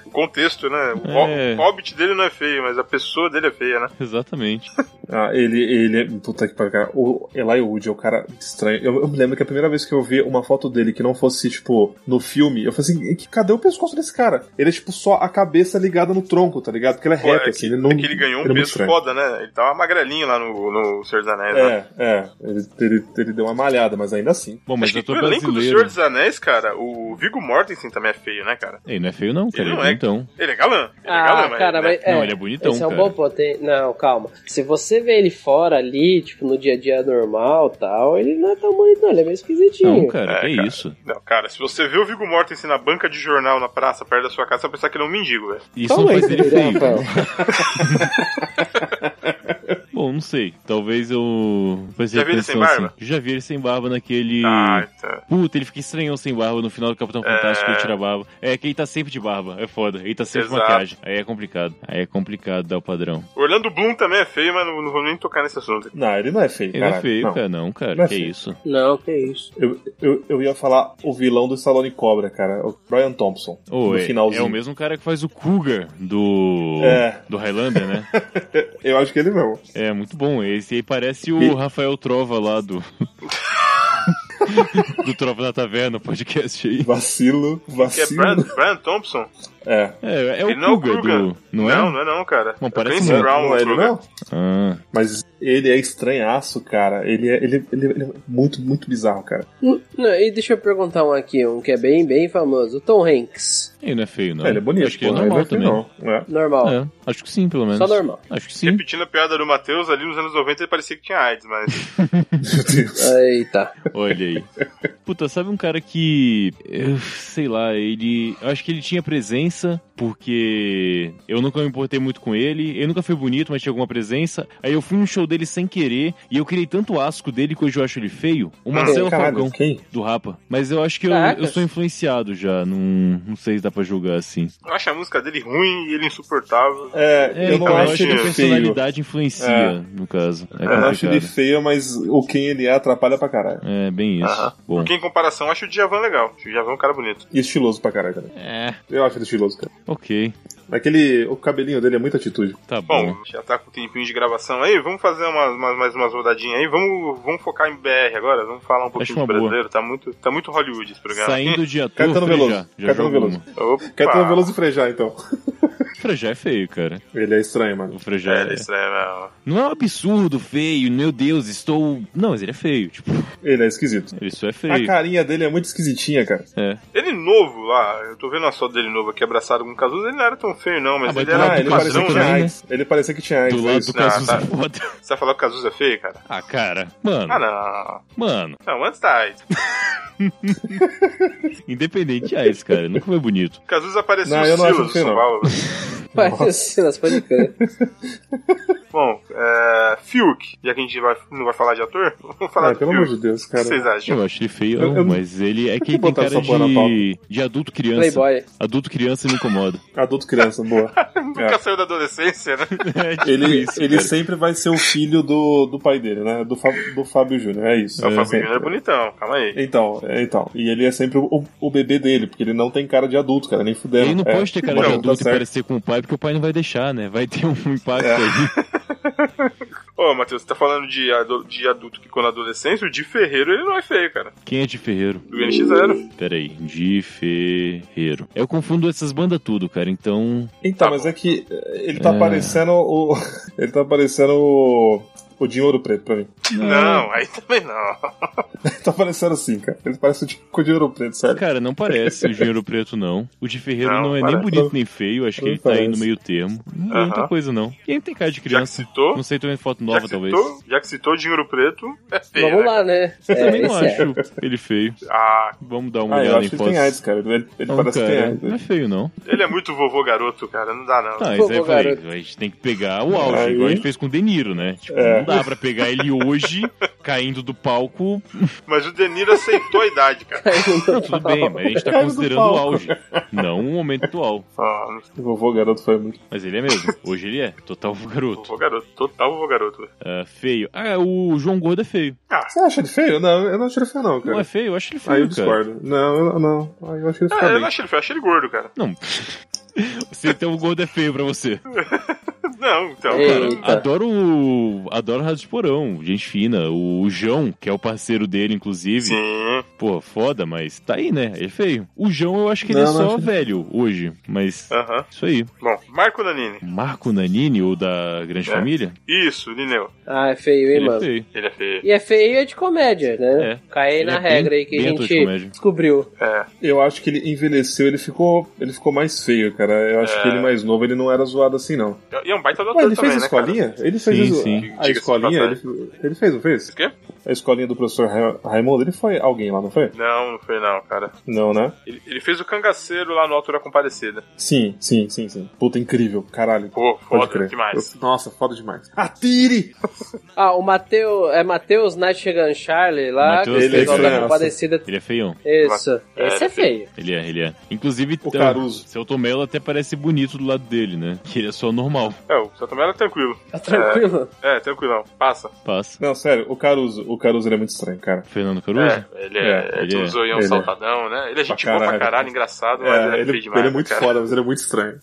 D: O contexto, né? O ho-
B: É.
D: o hobbit dele não é feio, feio, mas a pessoa dele é feia, né?
B: Exatamente.
C: Ah, ele, ele é. Puta que pariu, cara. O Eli Wood é um cara muito estranho. Eu, eu me lembro que a primeira vez que eu vi uma foto dele que não fosse, tipo, no filme, eu falei assim: "E que- cadê o pescoço desse cara? Ele é, tipo, só a cabeça ligada no tronco, tá ligado? Porque ele é
D: Pô,
C: reto,
D: é,
C: assim.
D: que,
C: ele não.
D: é que ele ganhou um
C: ele é muito
D: peso
C: estranho.
D: foda, né? Ele tava magrelinho lá no, no Senhor dos Anéis, né?
C: É, é. Ele, ele, ele deu uma malhada, mas ainda assim.
B: Bom, mas
D: Acho
B: eu
D: que
B: tô
D: pro elenco do Senhor
B: brasileiro.
D: dos Anéis, cara, o Vigo Mortensen também é feio, né, cara?
B: Ei, não é feio não, cara.
D: Ele
B: Ele
D: não
B: é
D: é.
B: bonitão.
D: Ele é galã. Ele é galã,
A: Ah,
D: mas,
A: cara,
D: né?
A: mas. É,
B: Não, ele é bonitão,
A: Esse é um
B: cara.
A: bom ponto. hein? Não, calma. Se você vê ele fora ali, tipo, no dia a dia normal tal, ele não é tão bonito, não. Ele é meio esquisitinho.
B: Não, cara,
D: É,
B: que
D: cara.
B: isso.
D: Não, cara, se você vê o Vigo Mortensen na banca de jornal na praça, perto da sua casa, você vai pensar que ele é um mendigo, velho.
B: Isso não faz
A: né,
B: ele feio. Bom, não sei. Talvez eu. Fazia
D: Já vi ele sem
B: pensão,
D: barba?
B: Já vi ele sem barba naquele.
D: Ah, É. então.
B: Puta, ele fica estranhão sem barba no final do Capitão Fantástico, ele tira a barba. É que ele tá sempre de barba, é foda. Ele tá sempre de
D: Exato.
B: maquiagem. Aí é complicado. Aí é complicado dar o padrão.
D: Orlando Bloom também é feio, mas não, não vou nem tocar nesse assunto.
C: Não, ele não é feio,
B: Ele
C: cara.
B: é feio, cara. Não, cara.
C: Não é
B: que
C: feio.
B: isso.
A: Não, que isso.
C: Eu, eu, eu ia falar o vilão do Stallone Cobra, cara. O Brian Thompson.
B: Ô,
C: no
B: é,
C: finalzinho.
B: é o mesmo cara que faz o Cougar do.
C: É.
B: Do Highlander,
C: *laughs*
B: né?
C: Eu acho que ele mesmo.
B: É muito bom esse. aí parece o
C: E-
B: Rafael Trova lá
C: *laughs*
B: do. do Trova na Taverna, o podcast aí.
C: Vacilo,
D: Que é
C: vacilo.
D: Brian, Brian Thompson?
C: É.
B: É, é
D: Ele
B: o
D: não é o
B: Cougar
D: Cougar.
B: do. Não é?
D: Não, não é não, cara.
B: Bom,
D: É o
B: parece
D: Clancy
B: um-
D: Brown,
C: não é
D: o
C: ele
D: Kruger.
C: não?
B: Ah.
C: Mas ele é estranhaço, cara. Ele é, ele, ele, ele é muito, muito bizarro, cara.
A: Hum, Não, e deixa eu perguntar um aqui, um que é bem, bem famoso. O Tom Hanks.
B: Ele não é feio, não.
C: É, ele é bonito,
B: Acho que é
C: pô,
B: normal
C: ele
B: também.
C: não. É.
A: Normal.
B: É, acho que sim, pelo menos.
A: Só normal.
B: Acho que
C: *laughs*
B: sim.
D: Repetindo a piada do Matheus, ali nos anos 90 ele parecia que tinha AIDS, mas.
C: Meu Deus.
B: *laughs*
A: Eita.
B: Olha aí. Puta, sabe um cara que. eu sei lá, ele. Eu acho que ele tinha presença, porque eu nunca me importei muito com ele. Ele nunca foi bonito, mas tinha alguma presença. Aí eu fui num show dele sem querer, e eu criei tanto asco dele que hoje eu acho ele feio. O Marcelo Falcão.
C: Caralho, quem?
B: Do Rapa. Mas eu acho que eu,
A: Caraca.
B: eu sou influenciado já. Não, não sei se dá pra julgar assim.
D: Eu acho a música dele ruim e ele insuportável.
C: É, eu
B: então,
C: não
B: acho
C: acho
B: que a
C: ele feio.
B: personalidade influencia,
C: É.
B: no caso. É
C: Eu não acho ele
B: complicado.
C: feio, mas o quem ele é atrapalha pra caralho.
B: É, bem isso.
D: Aham.
B: Bom.
D: Porque em comparação, eu acho o Djavan legal. Acho o Djavan é um cara bonito.
C: E estiloso pra caralho também.
B: É,
C: Eu acho ele estiloso, cara.
B: ok.
C: Aquele. O cabelinho dele é muita atitude.
B: Tá bom.
D: Bom, já tá com um tempinho de gravação aí, vamos fazer umas, umas- mais umas rodadinhas aí, vamos, vamos focar em BR agora, vamos falar um pouquinho
B: uma
D: de
B: boa.
D: brasileiro, tá muito, tá muito Hollywood esse programa.
B: Saindo de ator,
C: Caetano
B: Frejá.
C: Veloso.
B: Já um-
C: Caetano
B: jogo
C: Veloso.
B: uma.
D: *laughs* Opa.
C: Caetano Veloso e Frejá, então.
B: Frejá é feio, cara.
C: Ele é estranho, mano.
B: O Frejá
D: É,
B: é...
D: isso é mesmo.
B: Não é um absurdo, feio, meu Deus, estou... Não, mas ele é feio, tipo,
C: Ele é esquisito.
B: ele só é
C: A
B: feio.
C: carinha dele é muito esquisitinha, cara.
B: É.
D: Ele novo lá, eu tô vendo a foto dele novo aqui abraçado com o Cazuza, ele não era tão feio não, mas,
B: Ah, mas
D: ele
B: do
D: era
B: lado
C: Ah,
D: um
C: ele parecia
D: padrão,
C: que
B: também, né?
C: tinha
D: né?
C: AIDS. Ele parecia que tinha AIDS.
B: Do
C: é
B: lado
C: isso.
B: do Cazuza
D: Ah,
B: é *laughs*
D: tá.
B: foda.
D: Você vai falar que o Cazuza é feio, cara?
B: Ah, cara, mano,
D: Ah, não.
B: mano,
D: Não, antes da AIDS.
B: independente a isso, cara, nunca foi bonito.
D: O Cazuza apareceu
C: Não,
D: o
C: eu não
D: Silas
C: acho
D: do
C: feio,
D: São
C: não.
D: Paulo.
A: Parece assim, nós pode crer.
D: Bom, é... Fiuk, já que a gente vai, não vai falar de ator, *laughs* vamos falar
C: Ah,
D: do
C: pelo amor
D: Fiuk.
C: de Deus,
D: O que
C: cara.
D: vocês acham?
B: Eu acho ele feio,
C: Eu- eu-
B: mas ele é que
C: Por que
B: ele tem
C: botaram
B: cara
C: essa porra na
B: de... de adulto criança.
A: Playboy.
B: Adulto criança me incomoda.
C: Adulto criança, boa. É.
D: Nunca saiu da adolescência,
C: *laughs*
D: né?
B: É tipo
C: Ele,
B: isso,
C: ele
B: cara.
C: sempre vai ser o filho do, do pai dele, né? Do, Fa, do Fábio Júnior, é isso.
D: O Fábio
C: sempre.
D: Júnior é bonitão, calma aí.
C: Então, é, então. E ele é sempre o, o bebê dele, porque ele não tem cara de adulto, cara, nem fudendo.
B: Ele não
C: É,
B: pode ter cara de
C: então, tá
B: adulto e
C: certo.
B: parecer com o pai, porque o pai não vai deixar, né? Vai ter um impacto
D: É.
B: aí.
D: Ô, Matheus, você tá falando de, ado- de adulto que quando adolescência, o Di Ferreiro ele não é feio, cara.
B: Quem é de Ferreiro?
D: Do NX0.
B: Pera aí, de Ferreiro. Eu confundo essas bandas tudo, cara, então...
D: Tá
C: Então, mas é que eh, ele tá parecendo o. *laughs* Ele tá parecendo o. O Dinho Ouro Preto pra mim. *laughs*
D: Não, aí também não.
C: Tá parecendo assim, cara. Ele parece o Dinho- com o Dinho Ouro Preto, sério.
B: Cara, não parece o Dinheiro Preto, não. O de Ferreiro não,
D: Não,
B: é nem
D: parece.
B: bonito nem feio, acho que
C: Não
B: ele tá aí no
C: parece.
B: meio termo. Não é muita
D: Aham.
B: coisa, não. Quem tem cara de
D: Já que
B: criança?
D: citou,
B: Não sei, tô vendo foto
D: já
B: nova,
D: que
B: talvez.
D: citou, já que citou Dinheiro Preto, é feio.
A: Vamos
D: né?
A: lá, né?
B: Eu também não
A: esse *laughs*
B: acho ele feio.
D: Ah,
B: Vamos dar uma
C: É, Ah, eu
B: olhada em
C: acho que ele tem AIDS,
B: fotos.
C: cara. Ele, ele
B: Não,
C: parece que tem
B: cara,
C: AIDS. né?
B: não é feio, não.
D: ele é muito vovô garoto, cara. Não dá, não.
B: Tá,
A: Pô,
B: isso aí eu
A: pô,
B: falei,
A: garoto.
B: a gente tem que pegar o auge,
C: Aí-
B: igual a gente fez com o De Niro, né? Tipo,
C: É.
B: não dá pra pegar ele hoje, caindo do palco.
D: Mas o Deniro aceitou a idade, cara.
B: Não, tudo bem, mas a gente tá
C: Caindo do
B: considerando o
C: palco.
B: auge, não o momento atual.
D: Ah,
C: O vovô garoto foi muito.
B: Mas ele é mesmo, hoje ele é, total garoto.
D: vovô garoto. Total vovô garoto.
B: Ah, feio. Ah, o João Gordo é feio.
C: Você acha ele feio? Não, eu não acho ele feio, não, cara.
B: Não é feio? Eu acho ele feio,
C: Aí eu
B: cara.
C: discordo. Não, eu, não. Aí eu acho que ele fica
D: Ah, eu
C: bem.
B: um
D: não achei ele feio, achei ele gordo, cara.
B: Não. Se então o gordo é feio pra você.
D: Não, então, cara.
A: Eita.
B: Adoro o. Adoro o Rádio de Porão, gente fina. O João, que é o parceiro dele, inclusive.
D: Sim.
B: Pô, foda, mas tá aí, né? Ele é feio. O João, eu acho que ele é
C: Não,
B: só
C: não. É.
B: velho hoje, mas.
D: Aham.
B: Isso aí.
D: Bom, Marco Nanini.
B: Marco Nanini, ou da Grande
D: É.
B: Família?
D: Isso, Lineu.
A: Ah, é feio, hein,
B: Ele é
A: mano?
B: feio.
D: Ele é feio.
A: E é feio e é de comédia, né?
B: É.
A: Cai
B: Ele
A: na
B: é bem
A: regra aí que a
B: bento de
A: gente
B: comédia.
A: descobriu.
D: É.
C: Eu acho que ele envelheceu, ele ficou, ele ficou mais feio, cara. Eu acho que ele mais novo, ele não era zoado assim, não.
D: E é um baita doutor
C: Ué, ele
D: É. também,
C: fez a
D: né, cara?
C: escolinha? Ele fez
B: Sim,
C: a-
B: sim.
C: a
D: Diga-se de
C: escolinha? Ele,
D: passagem.
C: ele fez, não fez?
D: O quê?
C: A escolinha do professor Ra- Raimundo, ele foi alguém lá, não foi?
D: Não, não foi não, cara.
C: Não, né?
D: Ele, ele fez o cangaceiro lá no Altura Comparecida.
C: Sim, sim, sim, sim. Puta, incrível, caralho.
D: Pô,
C: Pode
D: foda
C: crer.
D: demais.
C: Eu- nossa, foda demais. Atire!
A: Ah, o Matheus. É Matheus Nightingale Charlie lá,
B: Matheus
A: que fez
C: Nightingale
A: Alta
C: Charlie.
A: Compadecida.
B: Ele é feião.
A: Isso. Esse é
D: ele
A: feio.
B: Ele é, ele é. Inclusive,
C: O
B: tá-
C: Caruso.
B: Seu Tomelo até parece bonito do lado dele, né? Que ele é só normal.
D: É, o Santo Melo é tranquilo.
A: Tá tranquilo?
D: É, tranquilão. Passa.
B: Passa.
C: Não, sério, o Caruso, o Caruso ele é muito estranho, cara.
B: Fernando Caruso?
D: É, ele é,
B: É,
D: é,
B: ele é.
D: um zoião
C: Ele é.
D: saltadão, né? Ele é gente
C: Pra
D: boa pra
C: caralho.
D: caralho, engraçado, mas ele
C: É,
D: é
C: ele,
D: feio demais.
C: ele é muito
D: cara.
C: foda, mas ele é muito estranho.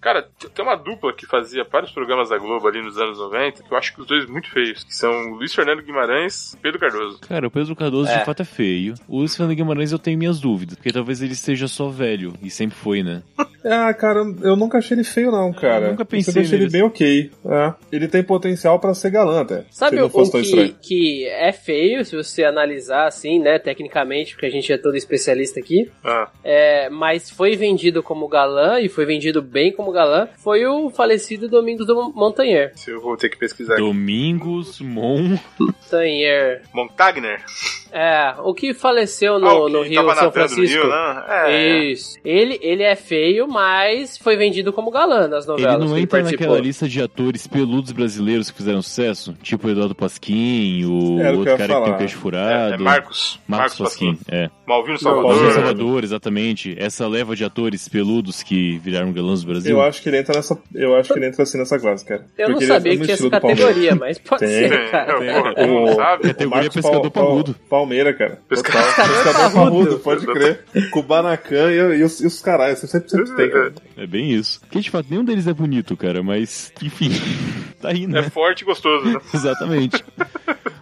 D: Cara, t- tem uma dupla que fazia vários programas da Globo ali nos anos 90, que eu acho que os dois muito feios, que são o Luiz Fernando Guimarães e Pedro Cardoso.
B: Cara, o Pedro Cardoso
A: É.
B: de fato é feio. O Luiz Fernando Guimarães eu tenho minhas dúvidas, porque talvez ele seja só velho, e sempre foi, né?
C: Ah, cara, eu nunca achei ele feio, não, cara.
B: Eu nunca pensei
C: Eu achei ele
B: nele.
C: bem ok. É. Ele tem potencial pra ser galã, até. se
A: Sabe
C: ele
A: o
C: não fosse tão
A: que,
C: estranho.
A: que é feio, se você analisar assim, né, tecnicamente, porque a gente é todo especialista aqui,
D: Ah,
A: é, mas foi vendido como galã e foi vendido bem como galã, foi o falecido Domingos do Montanher.
D: se eu vou ter que
C: É.
D: pesquisar aqui.
B: Domingos Mon.
A: Montanher.
D: Montagner?
A: É, o que faleceu no,
D: Ah, o que
A: no Rio,
D: tava
A: São
D: nadando no
A: Francisco.
D: Rio, né? É.
A: Isso. Ele, ele é feio, mas foi vendido como galã nas novelas.
B: Ele não
A: que
B: entra
A: participou.
B: naquela lista de atores peludos brasileiros que fizeram sucesso? Tipo o Eduardo Pasquim, o
C: Era o que eu
B: outro
C: ia
B: cara que tem
C: falar.
B: o queixo
D: É,
B: furado.
D: é Marcos.
B: Marcos
D: Marcos
B: Pasquim,
D: Pasquim.
B: é. Paulo
D: Malvino Salvador.
C: Paulo
B: Salvador, exatamente. Essa leva de atores peludos que viraram galãs do Brasil.
C: Eu acho que ele entra nessa. Eu acho que ele entra assim nessa classe, cara.
A: Eu não
C: Porque ele é
A: sabia
C: no
A: que tinha
C: estilo
A: essa
C: do Palmeiras.
A: categoria,
B: *laughs*
A: mas pode
C: Tem.
A: ser,
D: Tem,
A: cara.
D: *laughs* é, porra, como não sabe?
C: O
B: Categoria
C: Marcos
B: pescador
C: Pal- Pal-
B: parrudo.
C: Palmeira, cara.
D: *laughs* Pescador
C: Total. pescador parrudo, pode
D: Exatamente.
C: crer. Kubanacan e, e os, e os caralhos. Você sempre, sempre tem, cara.
B: É bem isso. Que de fato nenhum deles é bonito, cara, mas enfim. *laughs* tá aí, né?
D: É forte e
B: *laughs*
D: gostoso, né?
B: É. Exatamente.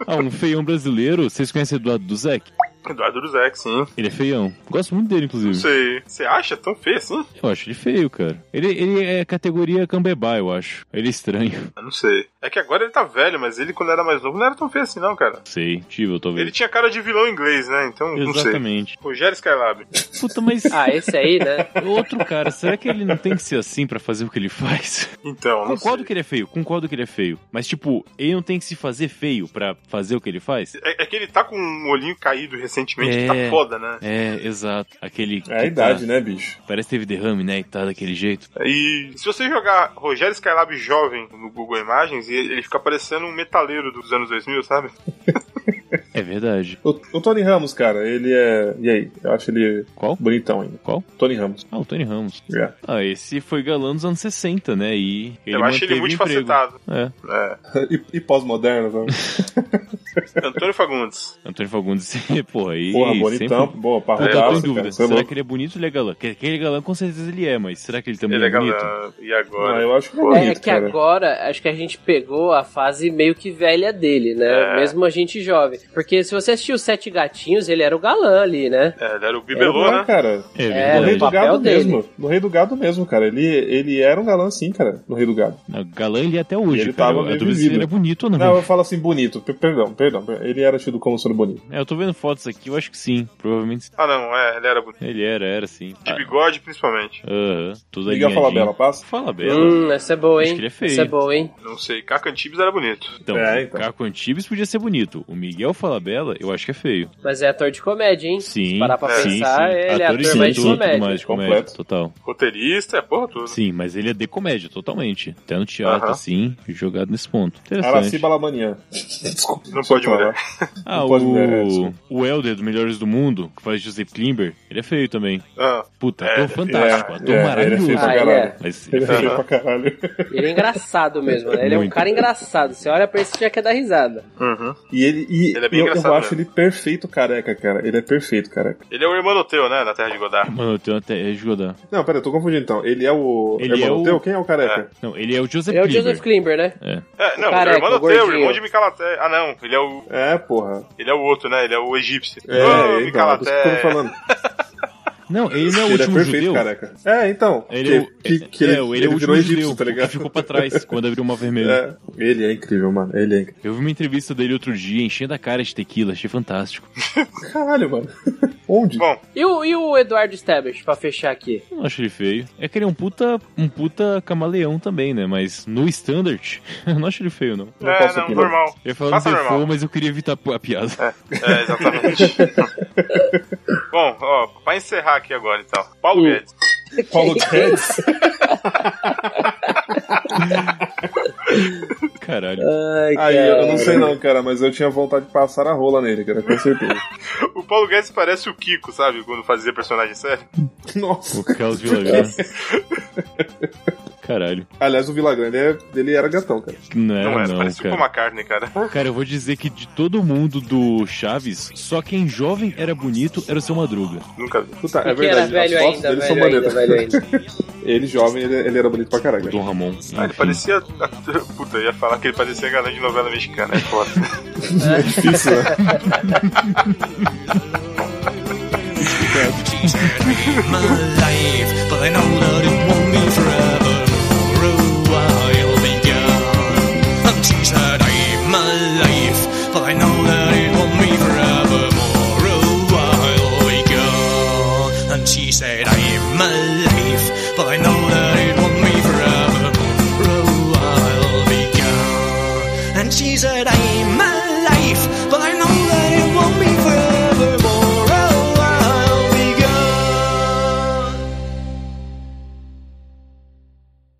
B: Ah, um feião brasileiro. Vocês conhecem o Eduardo do Zec?
D: Eduardo Duzek, sim.
B: Ele é feião. Gosto muito dele,
D: Não
B: inclusive.
D: sei. Você acha tão feio assim?
B: Eu acho ele feio, cara. Ele, ele é categoria Cambebá, eu acho. Ele é estranho.
D: Eu não sei. É que agora ele tá velho, mas ele quando era mais novo não era tão feio assim, não, cara.
B: Sei, tive, talvez.
D: Ele tinha cara de vilão inglês, né? Então, não sei.
B: Exatamente.
D: Rogério Skylab.
B: Puta, mas. é
A: Ah, esse aí,
B: *laughs*
A: né?
B: Outro cara, será que ele não tem que ser assim pra fazer o que ele faz?
D: Então, não
B: Concordo
D: sei.
B: que ele é feio, concordo que ele é feio. Mas, tipo, ele não tem que se fazer feio pra fazer o que ele faz?
D: É, é que ele tá com um olhinho caído recentemente,
B: É.
D: que tá foda, né?
B: É, exato. Aquele.
C: É a idade, né, bicho?
B: Parece que teve derrame, né? E tá daquele jeito.
D: E se você jogar Rogério Skylab jovem no Google Imagens, e ele fica parecendo um metaleiro dos anos 2000, sabe?
B: É verdade.
C: O, o Tony Ramos, cara, ele é. E aí? Eu acho ele
B: Qual?
C: bonitão ainda.
B: Qual?
C: Tony Ramos.
B: Ah, o Tony Ramos.
C: É.
B: Ah, esse foi galã dos anos 60, né? E ele
D: Eu acho ele
B: manteve o emprego.
D: multifacetado.
B: É.
D: É.
C: E, e pós-moderno, né? sabe?
D: Antônio Fagundes.
B: Antônio Fagundes, *laughs* porra, aí.
C: Porra, bonitão.
B: Sempre...
C: Boa,
B: Puta, eu tô em
C: parrudaço,
B: dúvida.
C: cara. Você é
B: será
C: louco.
B: que ele é bonito ou ele é galã? Que que ele é galã com certeza ele é, mas será que ele também
D: Ele é
B: é bonito?
D: galã. E
C: Ah,
D: agora?
C: eu acho que ele é
A: É,
C: bonito,
A: é que
C: cara.
A: agora, acho que a gente pegou a fase meio que velha dele, né?
D: É.
A: Mesmo a gente jovem. Porque se você assistiu Sete Gatinhos, ele era o galã ali, né?
D: É, ele era o
C: Ele é tá-
D: Bibelô,
C: bom,
D: né?
C: cara.
B: É
A: É, o
C: no Rei
B: verdade.
C: do
A: papel
C: Gado
A: dele.
C: mesmo. No Rei do Gado mesmo, cara. Ele, ele era um galã sim, cara. No Rei do Gado.
B: Não, Galã ele é até hoje,
C: Ele
B: cara.
C: tava
B: Eu-
C: meio
B: A dúvida se
C: vivido.
B: ele é bonito ou não.
C: Não, eu falo assim, bonito. P- Perdão, perdão. Ele era tido como sendo bonito.
B: É, eu tô vendo fotos aqui, eu acho que sim. Provavelmente
D: Ah, não, é, ele era bonito.
B: ele era, era sim.
D: De
B: Ah,
D: bigode, principalmente.
B: Aham, tudo aí.
C: Miguel fala bela, passa?
B: Fala bela.
A: Hum, essa é boa,
B: Acho
A: hein?
B: que ele é feio.
A: Essa é boa, hein?
D: Não sei. Cacantibes era bonito.
B: Então,
C: É, então.
B: Caco Antibes podia ser bonito. O Miguel Falabella, eu acho que é feio.
A: Mas é ator de comédia, hein?
B: Sim.
A: Se parar pra
B: sim,
A: pensar,
B: sim.
A: ele é
B: Ator e
A: ator mais de
B: escritor, tudo
A: comédia.
B: mais de comédia,
C: Completo.
B: total.
D: Roteirista, é porra toda.
B: Sim, mas ele é de comédia, totalmente. Até no teatro,
D: Aham.
B: assim, jogado nesse ponto. Interessante. *laughs*
C: Araci Balamanhã. Desculpa.
D: Não pode mudar.
B: Ah,
C: Não pode ver
B: o,
C: isso.
B: o Elder do Melhores do Mundo, que faz Joseph Klimber, ele é feio também.
D: Ah,
B: Puta,
D: É,
B: ator fantástico,
C: é,
B: ator
C: é,
B: maravilhoso.
C: ele é feio
A: Ah,
C: pra
A: ele
C: caralho.
A: é.
B: Mas ele é
C: Ele é
B: feio.
C: feio pra caralho.
A: Ele é engraçado mesmo, né? Ele é um
B: Muito.
A: cara engraçado. Você olha pra ele, você já quer dar risada.
D: uhum.
C: E ele, e
D: Ele é bem
C: eu,
D: engraçado
C: eu acho
D: mesmo.
C: ele perfeito careca, cara. Ele é perfeito careca.
D: Ele é o irmão teu, né? Na Terra de Godard.
B: Mano, eu tenho até. É de Godard.
C: Não, pera, eu tô confundindo então. Ele é o.
B: Ele
C: irmão
B: é o-
C: teu? Quem é o careca?
B: Não, ele é o Joseph
A: Ele é o
B: Klimber.
A: Joseph Klimber, né?
D: É, não,
A: careca,
D: ele é o irmão
A: o
D: teu,
A: gordinho.
D: irmão de Micalaté. Ah, não, ele é o.
C: É, porra.
D: Ele é o outro, né? Ele é o egípcio.
C: É,
D: Ô,
C: então, é por isso que eu tô falando.
B: Não, ele não é o
C: ele é
B: último
C: perfeito,
B: judeu.
C: careca. É, então.
B: Ele é o,
C: que, que, que
B: é,
C: ele,
B: é, ele é o
C: ele
B: último
C: virou
B: judeu,
C: egípcio, tá
B: que
C: ligado?
B: ficou pra trás quando abriu o mar vermelho.
C: É. Ele é incrível, mano. Ele é incrível.
B: Eu vi uma entrevista dele outro dia, enchendo a cara de tequila, achei fantástico.
C: Caralho, mano. *laughs* Onde?
D: Bom,
A: E o, e o Eduardo Stabish, pra fechar aqui?
B: Não acho ele feio. É que ele é um puta, um puta camaleão também, né? Mas no standard, *laughs* eu não acho ele feio, não.
C: Não
D: é,
C: posso
D: não,
C: opinar.
D: normal.
B: Eu ia falar
D: Passa
B: do Defoe,
D: normal.
B: mas eu queria evitar a piada.
D: É, exatamente.
C: *laughs*
D: Bom, ó, pra encerrar aqui agora então. Paulo Guedes.
C: Paulo Guedes.
B: Caralho.
A: Ai,
C: Aí, eu eu não sei
A: cara.
C: não, cara, mas eu tinha vontade de passar a rola nele, cara, com certeza.
A: *laughs*
D: O Paulo Guedes parece o Kiko, sabe? Quando fazia personagem sério.
B: O
C: Nossa.
B: Carlos Villagrana. Caralho.
C: Aliás, o Vila Grande, é- ele era gatão, cara.
B: Não era,
D: Não é, tipo
B: não,
D: era, parecia
B: cara.
D: o Paul McCartney, cara.
B: Cara, eu vou dizer que de todo mundo do Chaves, só quem jovem era bonito era o seu Madruga.
D: Nunca vi.
C: Puta, é
A: Que era
C: verdade.
A: velho
C: As fotos
A: ainda,
C: dele são
A: velho ainda,
C: maneiras.
A: velho ainda.
C: Ele jovem, ele, ele era bonito pra caralho.
B: Dom Ramon.
D: Ah, ele
B: enfim.
D: parecia. Puta, eu ia falar que ele parecia galã de novela mexicana, é foda.
C: É difícil, *laughs* né?
F: my life, but I know that it won't be forever.